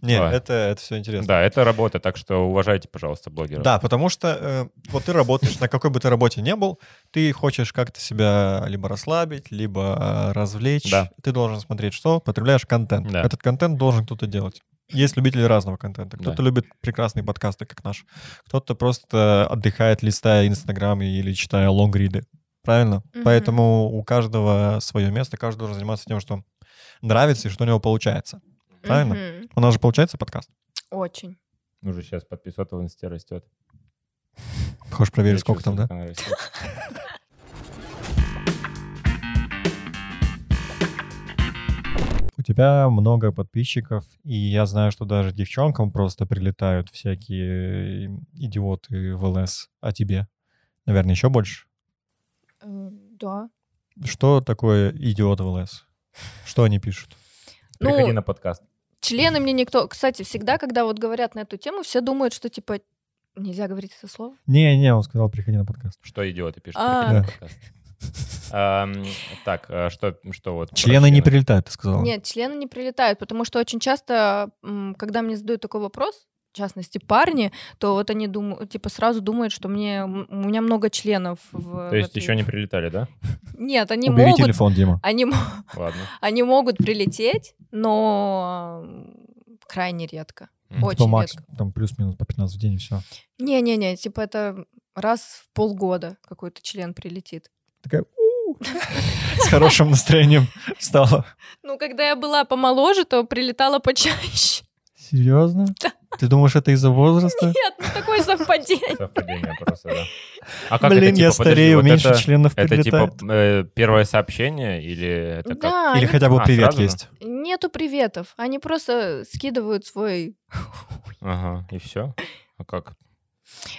Не, Давай. это, это все интересно. Да, это работа, так что уважайте, пожалуйста, блогеров. Да, потому что э, вот ты работаешь, на какой бы ты работе не был, ты хочешь как-то себя либо расслабить, либо э, развлечь. Да. Ты должен смотреть, что потребляешь контент. Да. Этот контент должен кто-то делать. Есть любители разного контента. Да. Кто-то любит прекрасные подкасты, как наш. Кто-то просто отдыхает, листая Инстаграм или читая лонгриды. Правильно? Мгм. Поэтому у каждого свое место, каждый должен заниматься тем, что нравится и что у него получается. Правильно? Мгм. У нас же получается подкаст. Очень. Уже сейчас подписота в инсте растет. Хочешь проверить, Я сколько там, чувствую, да? как она растет. у тебя много подписчиков, и я знаю, что даже девчонкам просто прилетают всякие э, идиоты в ЛС, а тебе, наверное, еще больше. Э, Да. Что такое идиот в ЛС? Что они пишут? Приходи Ну, на подкаст. члены мне никто... Кстати, всегда, когда вот говорят на эту тему, все думают, что типа нельзя говорить это слово. Не-не, он сказал, приходи на подкаст. Что идиоты пишут? А. Приходи на подкаст. Ам, Так, а что что вот? про Члены не членов? прилетают, ты Ну. сказал. Нет, члены не прилетают, потому что очень часто, м, когда мне задают такой вопрос, в частности парни, то вот они думают, типа сразу думают, что мне м, у меня много членов. В, То есть в этой- еще не прилетали, да? Нет, они Убери могут. телефон, Дима. Они, мо- Ладно. они могут прилететь, но м, крайне редко. Мгм. Типа Кто Очень Типа Макс, редко. там плюс-минус по 15 в день и все. Не-не-не, типа это раз в полгода какой-то член прилетит. Такая «У-у». с хорошим настроением стала. Ну, когда я была помоложе, то прилетала почаще. Серьезно? Ты думаешь, это из-за возраста? Нет, ну такое совпадение. Совпадение просто, да. А Блин, я типа, подожди, старею, вот меньше это- членов Это прилетает. типа э, первое сообщение или это как? Да, Или они хотя бы А, привет сразу же? есть. Нету приветов. Они просто скидывают свой... Ага, и все. А как?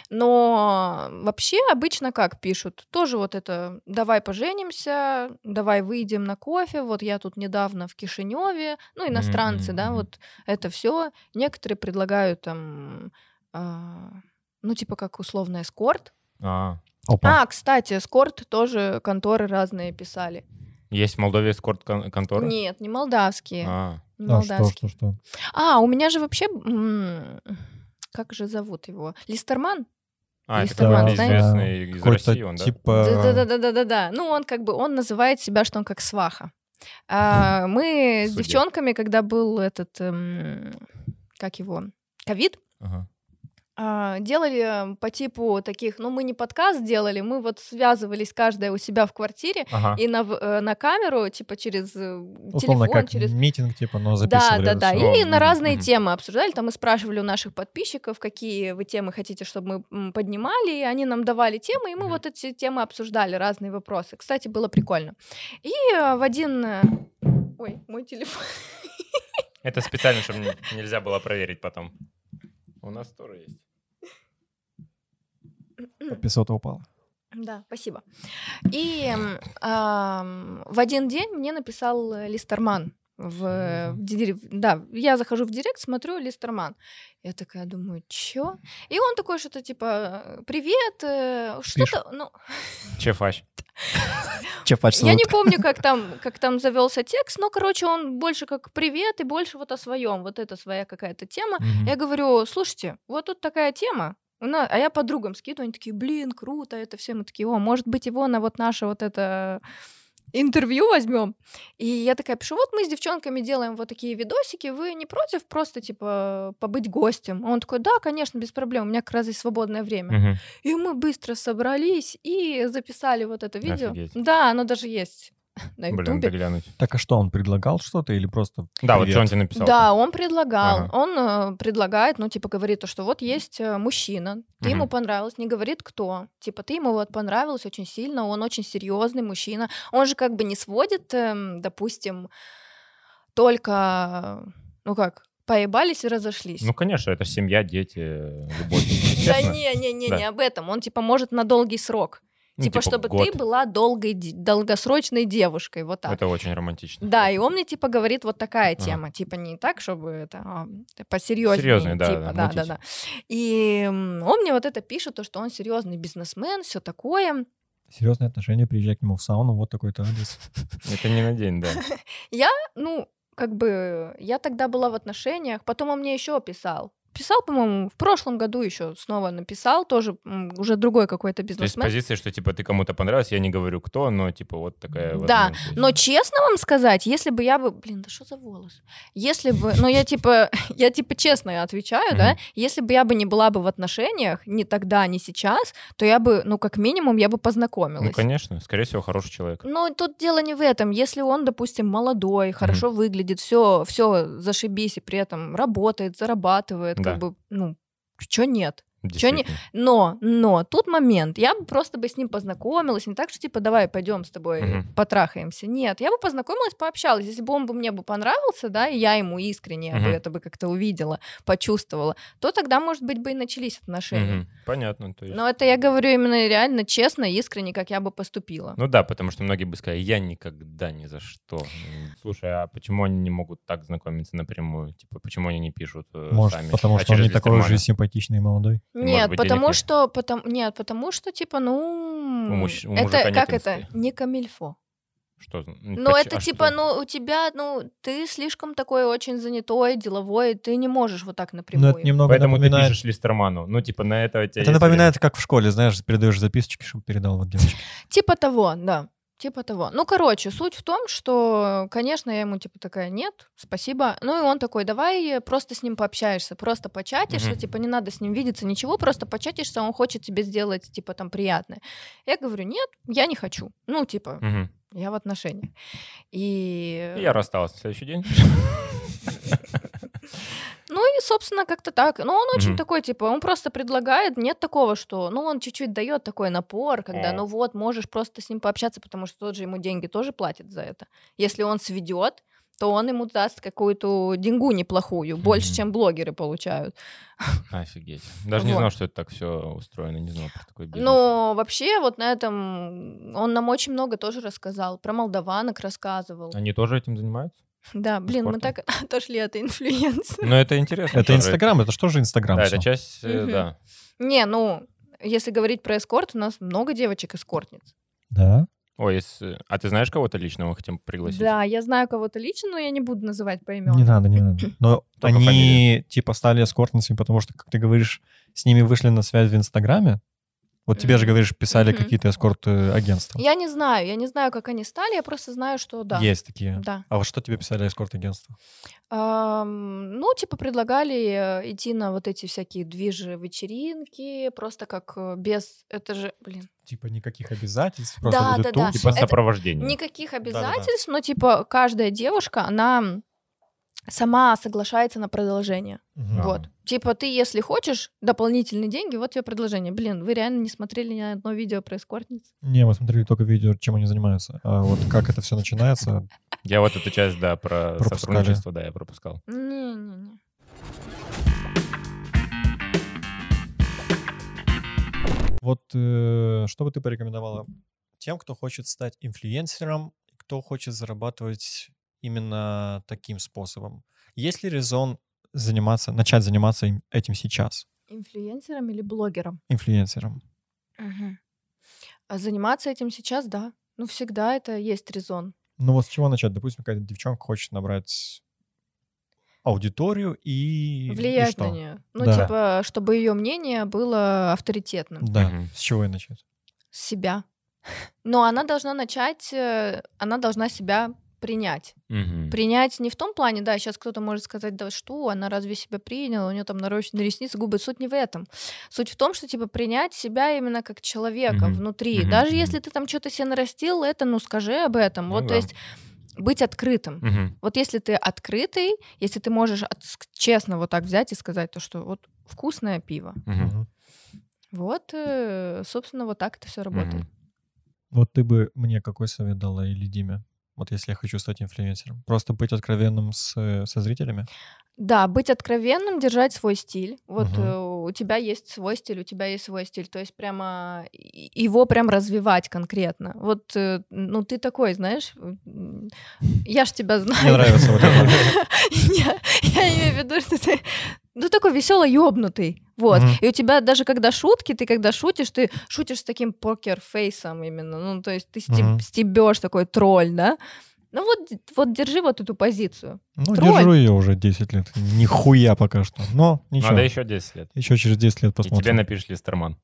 Но вообще обычно как пишут? Тоже вот это «давай поженимся», «давай выйдем на кофе», вот я тут недавно в Кишиневе, ну, иностранцы, да, мгм. вот это все. Некоторые предлагают там, а, ну, типа как условно эскорт. А, Опа. А, кстати, эскорт тоже конторы разные писали. есть в Молдове эскорт кон- конторы? Нет, не молдавские, А, не А что, молдавские. что, что? А, у меня же вообще... м, Как же зовут его? Листерман? а это Есть какой-то такой, знаете? известный из Какой-то России он, да? типа... Да-да-да-да-да-да. Ну, он как бы, он называет себя, что он как сваха. А, мы с Судя. девчонками, когда был этот, эм, как его, ковид, Ага. а, делали по типу таких, ну мы не подкаст делали, мы вот связывались каждая у себя в квартире Ага. и на, в- э, на камеру, типа через э, А. Условно, телефон, как через... митинг, типа, но Да, записывали. да, это да. всё. всё. И Мгм, на разные мгм. темы обсуждали. Там мы спрашивали у наших подписчиков, какие вы темы хотите, чтобы мы м, поднимали. И они нам давали темы, и мы Мгм. вот эти темы обсуждали, разные вопросы. Кстати, было прикольно. И э, в один... э, Ой, мой телефон. Это специально, чтобы не- нельзя было проверить потом. У нас тоже есть. Песота упала. Да, спасибо. И м, ам, в один день мне написал э, Листерман. В, в дир- да, я захожу в директ, смотрю Листерман. Я такая думаю, чё? И он такой что-то типа, привет, э, что-то, ну, Чефач. Чепач я не помню, как там, как там завелся текст, но, короче, он больше как привет и больше вот о своем, вот это своя какая-то тема. Я говорю, слушайте, вот тут такая тема. у на- А я подругам скидываю, они такие, блин, круто, это все. Мы такие, о, может быть, его на вот наше вот это интервью возьмем. И я такая пишу, вот мы с девчонками делаем вот такие видосики, вы не против просто, типа, побыть гостем? А Он такой, да, конечно, без проблем, у меня как раз есть свободное время. И мы быстро собрались и записали вот это видео. Офигеть. Да, оно даже есть на Блин, ютубе. надо глянуть. Так а что, он предлагал что-то или просто Да, вот «Привет»? что он тебе написал. Да, он предлагал. Ага. Он э, предлагает, ну, типа, говорит, то, что вот есть э, мужчина, ты ему Мгм. понравилась, не говорит кто. Типа, ты ему вот понравилась очень сильно, он очень серьезный мужчина. Он же как бы не сводит, эм, допустим, только, ну как, поебались и разошлись. Ну, конечно, это ж семья, дети, любовь. да естественно. не, типа, не, не, Да. не об этом. Он типа может на долгий срок. Ну, типа, чтобы год. ты была долгой, де- долгосрочной девушкой, вот так. Это очень романтично. Да, и он мне типа говорит вот такая Ага. тема, типа не так, чтобы это а, посерьезнее, Серьёзный, да, типа, да, да, да, мутить. да. И м, он мне вот это пишет, то, что он серьезный бизнесмен, все такое. серьезные отношения, приезжай к нему в сауну, вот такой-то адрес. Это не на день, да. Ну, как бы я тогда была в отношениях, потом он мне еще писал. Писал, по-моему, в прошлом году еще снова написал, тоже м, уже другой какой-то То есть с бизнесмен. позиции, что типа ты кому-то понравился, я не говорю кто, но типа вот такая Да, возможность есть. Но честно вам сказать, если бы я бы... Блин, да что за волос? Если бы... Ну, я типа... Я типа честно отвечаю, да? Мгм. Если бы я бы не была бы в отношениях, ни тогда, ни сейчас, то я бы, ну, как минимум, я бы Ну, познакомилась. конечно, скорее всего, хороший человек. Но тут дело не в этом. Если он, допустим, молодой, хорошо выглядит, все, все зашибись, и при этом работает, зарабатывает, как Да. бы, ну, чё нет? не- действительно. Но, но, тут момент. Я бы просто бы с ним познакомилась. Не так, что типа, давай пойдем с тобой Мгм. потрахаемся. Нет, я бы познакомилась, пообщалась. Если бы он бы мне бы понравился, да, и я ему искренне Мгм. бы это бы как-то увидела, почувствовала, то тогда, может быть, бы и начались отношения. Мгм. Понятно. То есть... Но это я говорю именно реально честно, искренне, как я бы поступила. Ну да, потому что многие бы сказали, я никогда ни за что. М, Слушай, а почему они не могут так знакомиться напрямую? Типа, почему они не пишут э, Может, сами? потому А что он через не такой Листермана? уже симпатичный и молодой. Ну, может Нет, быть, денег потому нет. что, потом, нет, потому что, типа, ну, У мужч- у мужика это нет как это, инсты. не камильфо. Что? за- Ну, поч- это а типа, что? ну, у тебя, ну, ты слишком такой очень занятой, деловой, ты не можешь вот так Но напрямую. Ну, это немного Поэтому ты напоминает... пишешь Листерману. Ну, типа, на это у тебя Это есть напоминает, как в школе, знаешь, передаешь записочки, чтобы передал вот девочке. Типа того, да. Типа того. Ну, короче, суть в том, что, конечно, я ему типа такая, нет, спасибо. Ну, и он такой, давай э, просто с ним пообщаешься, просто початишься, Мгм. типа не надо с ним видеться, ничего, просто початишься, он хочет тебе сделать, типа, там, приятное. Я говорю, нет, я не хочу. Ну, типа, время. Мгм. я в отношениях. И... И Я расстался на следующий день. Ну и, собственно, как-то так. Но он очень Мгм. такой, типа, он просто предлагает, нет такого, что, ну, он чуть-чуть дает такой напор, когда, О. ну вот, можешь просто с ним пообщаться, потому что тот же ему деньги тоже платит за это. Если он сведет, то он ему даст какую-то деньгу неплохую, больше, Мгм. чем блогеры получают. Офигеть. Даже не Вот. Ну, знал, что это так все устроено, не знал про такой бизнес. Но вообще вот на этом он нам очень много тоже рассказал. Про молдаванок рассказывал. Они тоже этим занимаются? Да, блин, мы так Спортом. отошли от инфлюенсера. Но это интересно. Это тоже. Инстаграм, это что же Инстаграм? Да, всё? это часть, э, Мгм. да. Не, ну, если говорить про эскорт, у нас много девочек-эскортниц. Да. Ой, если- а ты знаешь кого-то лично мы хотим пригласить? Да, я знаю кого-то лично, но я не буду называть по имен. Не надо, не надо. Но Только они фамилия. типа стали эскортницами, потому что, как ты говоришь, с ними вышли на связь в Инстаграме, Вот тебе же, Мгм. говоришь, писали Мгм. какие-то эскорт-агентства. Я не знаю, я не знаю, как они стали, я просто знаю, что да. Есть такие. Да. А вот что тебе писали эскорт-агентства? Ам, ну, типа, предлагали э, идти на вот эти всякие движи, вечеринки, просто как э, без... Это же, блин, Типа никаких обязательств, просто Да, вот да, эту да. Типа Это- сопровождение. никаких Да-да-да. обязательств, но, типа, каждая девушка, она м, сама соглашается на продолжение. Ага. Вот. Типа, ты, если хочешь дополнительные деньги, вот тебе предложение. Блин, вы реально не смотрели ни одно видео про эскортниц? Не, мы смотрели только видео, чем они занимаются. А вот как это все начинается, Я вот эту часть, да, про Пропускали. сотрудничество, да, я пропускал. Не-не-не. Вот э, что бы ты порекомендовала тем, кто хочет стать инфлюенсером, кто хочет зарабатывать именно таким способом? Есть ли резон заниматься, начать заниматься им- этим сейчас, Инфлюенсером или блогером? инфлюенсером? Мгм. А Заниматься этим сейчас, да. Ну, всегда это есть резон. Ну вот с чего начать? Допустим, какая-то девчонка хочет набрать аудиторию и... и Влиять что? на нее. Ну, Да. типа, чтобы ее мнение было авторитетным. Да, Мгм. с чего и начать? С себя. Но она должна начать, э, она должна себя принять. Мгм. Принять не в том плане, да, сейчас кто-то может сказать, да что, она разве себя приняла, у нее там нарощенные ресницы, губы. Суть не в этом. Суть в том, что, типа, принять себя именно как человека Мгм. внутри. Мгм. Даже Мгм. если ты там что-то себе нарастил, это, ну, скажи об этом. Ну вот, то да. есть, быть открытым. Мгм. Вот если ты открытый, если ты можешь от- ск- честно вот так взять и сказать то, что вот вкусное пиво, Мгм. Мгм. вот, э, собственно, вот так это все работает. Мгм. Вот ты бы мне какой совет дала или Диме? Вот если я хочу стать инфлюенсером. Просто быть откровенным с, э, со зрителями? Да, быть откровенным, держать свой стиль. Вот Мгм. э, у тебя есть свой стиль, у тебя есть свой стиль. То есть прямо и- его прям развивать конкретно. Вот, э, ну ты такой, знаешь, м, я ж тебя знаю. Мне нравится вот это. Я, я имею в виду, что ты ну, такой весело ёбнутый. Вот. Мгм. И у тебя даже когда шутки, ты когда шутишь, ты шутишь с таким покер-фейсом именно. Ну, то есть ты Мгм. стебешь такой тролль, да? Ну вот, вот держи вот эту позицию. Ну, Тролль. держу ее уже 10 лет. Нихуя пока что. Но ничего. Надо еще 10 лет. Еще через 10 лет И тебе посмотрим. напишешь листерман.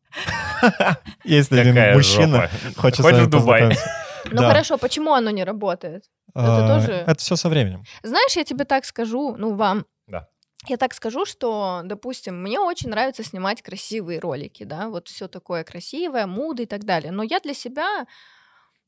Если Какая мужчина жопа. хочет с Хочешь вами в Дубай? познакомиться. Ну Да. хорошо, почему оно не работает? А, тоже- Это все со временем. Знаешь, я тебе так скажу, ну вам. Да. Я так скажу, что, допустим, мне очень нравится снимать красивые ролики, да, вот все такое красивое, муды и так далее. Но я для себя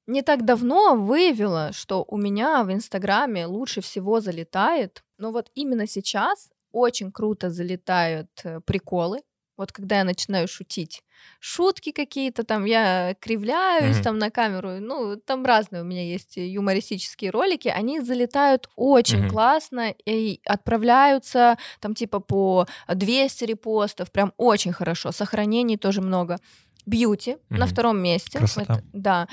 не так давно выявила, что у меня в Инстаграме лучше всего залетает, но вот именно сейчас очень круто залетают э, приколы. Вот когда я начинаю шутить, шутки какие-то там, я кривляюсь Мгм. там на камеру, ну там разные у меня есть юмористические ролики, они залетают очень Мгм. классно и отправляются там типа по 200 репостов, прям очень хорошо, сохранений тоже много. Бьюти на Мгм. втором месте, Красота. Это- да,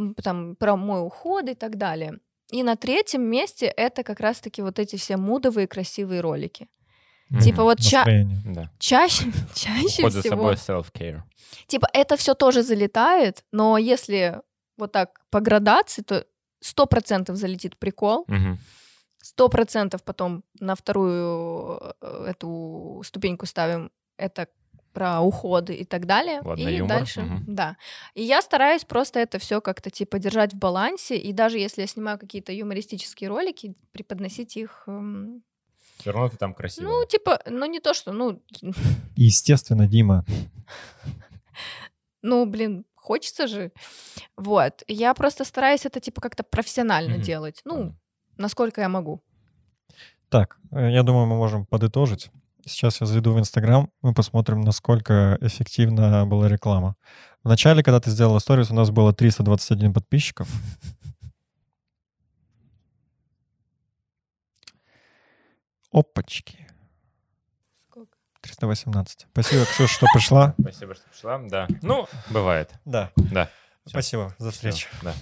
м, там про мой уход и так далее. И на третьем месте это как раз-таки вот эти все мудовые красивые ролики. Типа Мгм. вот ча- Настроение. Да. чаще, чаще Уход за всего. собой self-care. Типа это все тоже залетает, но если вот так по градации, то сто процентов залетит прикол, Мгм. сто процентов потом на вторую э, эту ступеньку ставим это про уходы и так далее. Ладно, и юмор, дальше, мгм. да. И я стараюсь просто это все как-то типа держать в балансе, и даже если я снимаю какие-то юмористические ролики, преподносить их, эм, Все равно ты там красивая. ну, типа, ну не то, что, ну, И, Естественно, Дима. ну, блин, хочется же. Вот. Я просто стараюсь это типа как-то профессионально Мгм. делать. Ну, Ладно. насколько я могу. Так, э, я думаю, мы можем подытожить. Сейчас я зайду в Инстаграм, мы посмотрим, насколько эффективна была реклама. Вначале, когда ты сделала сторис, у нас было 321 подписчиков. Опачки. 318. Спасибо, Ксюша, что пришла. Спасибо, что пришла. Да. Ну, бывает. Да. Да. Спасибо за встречу. Да.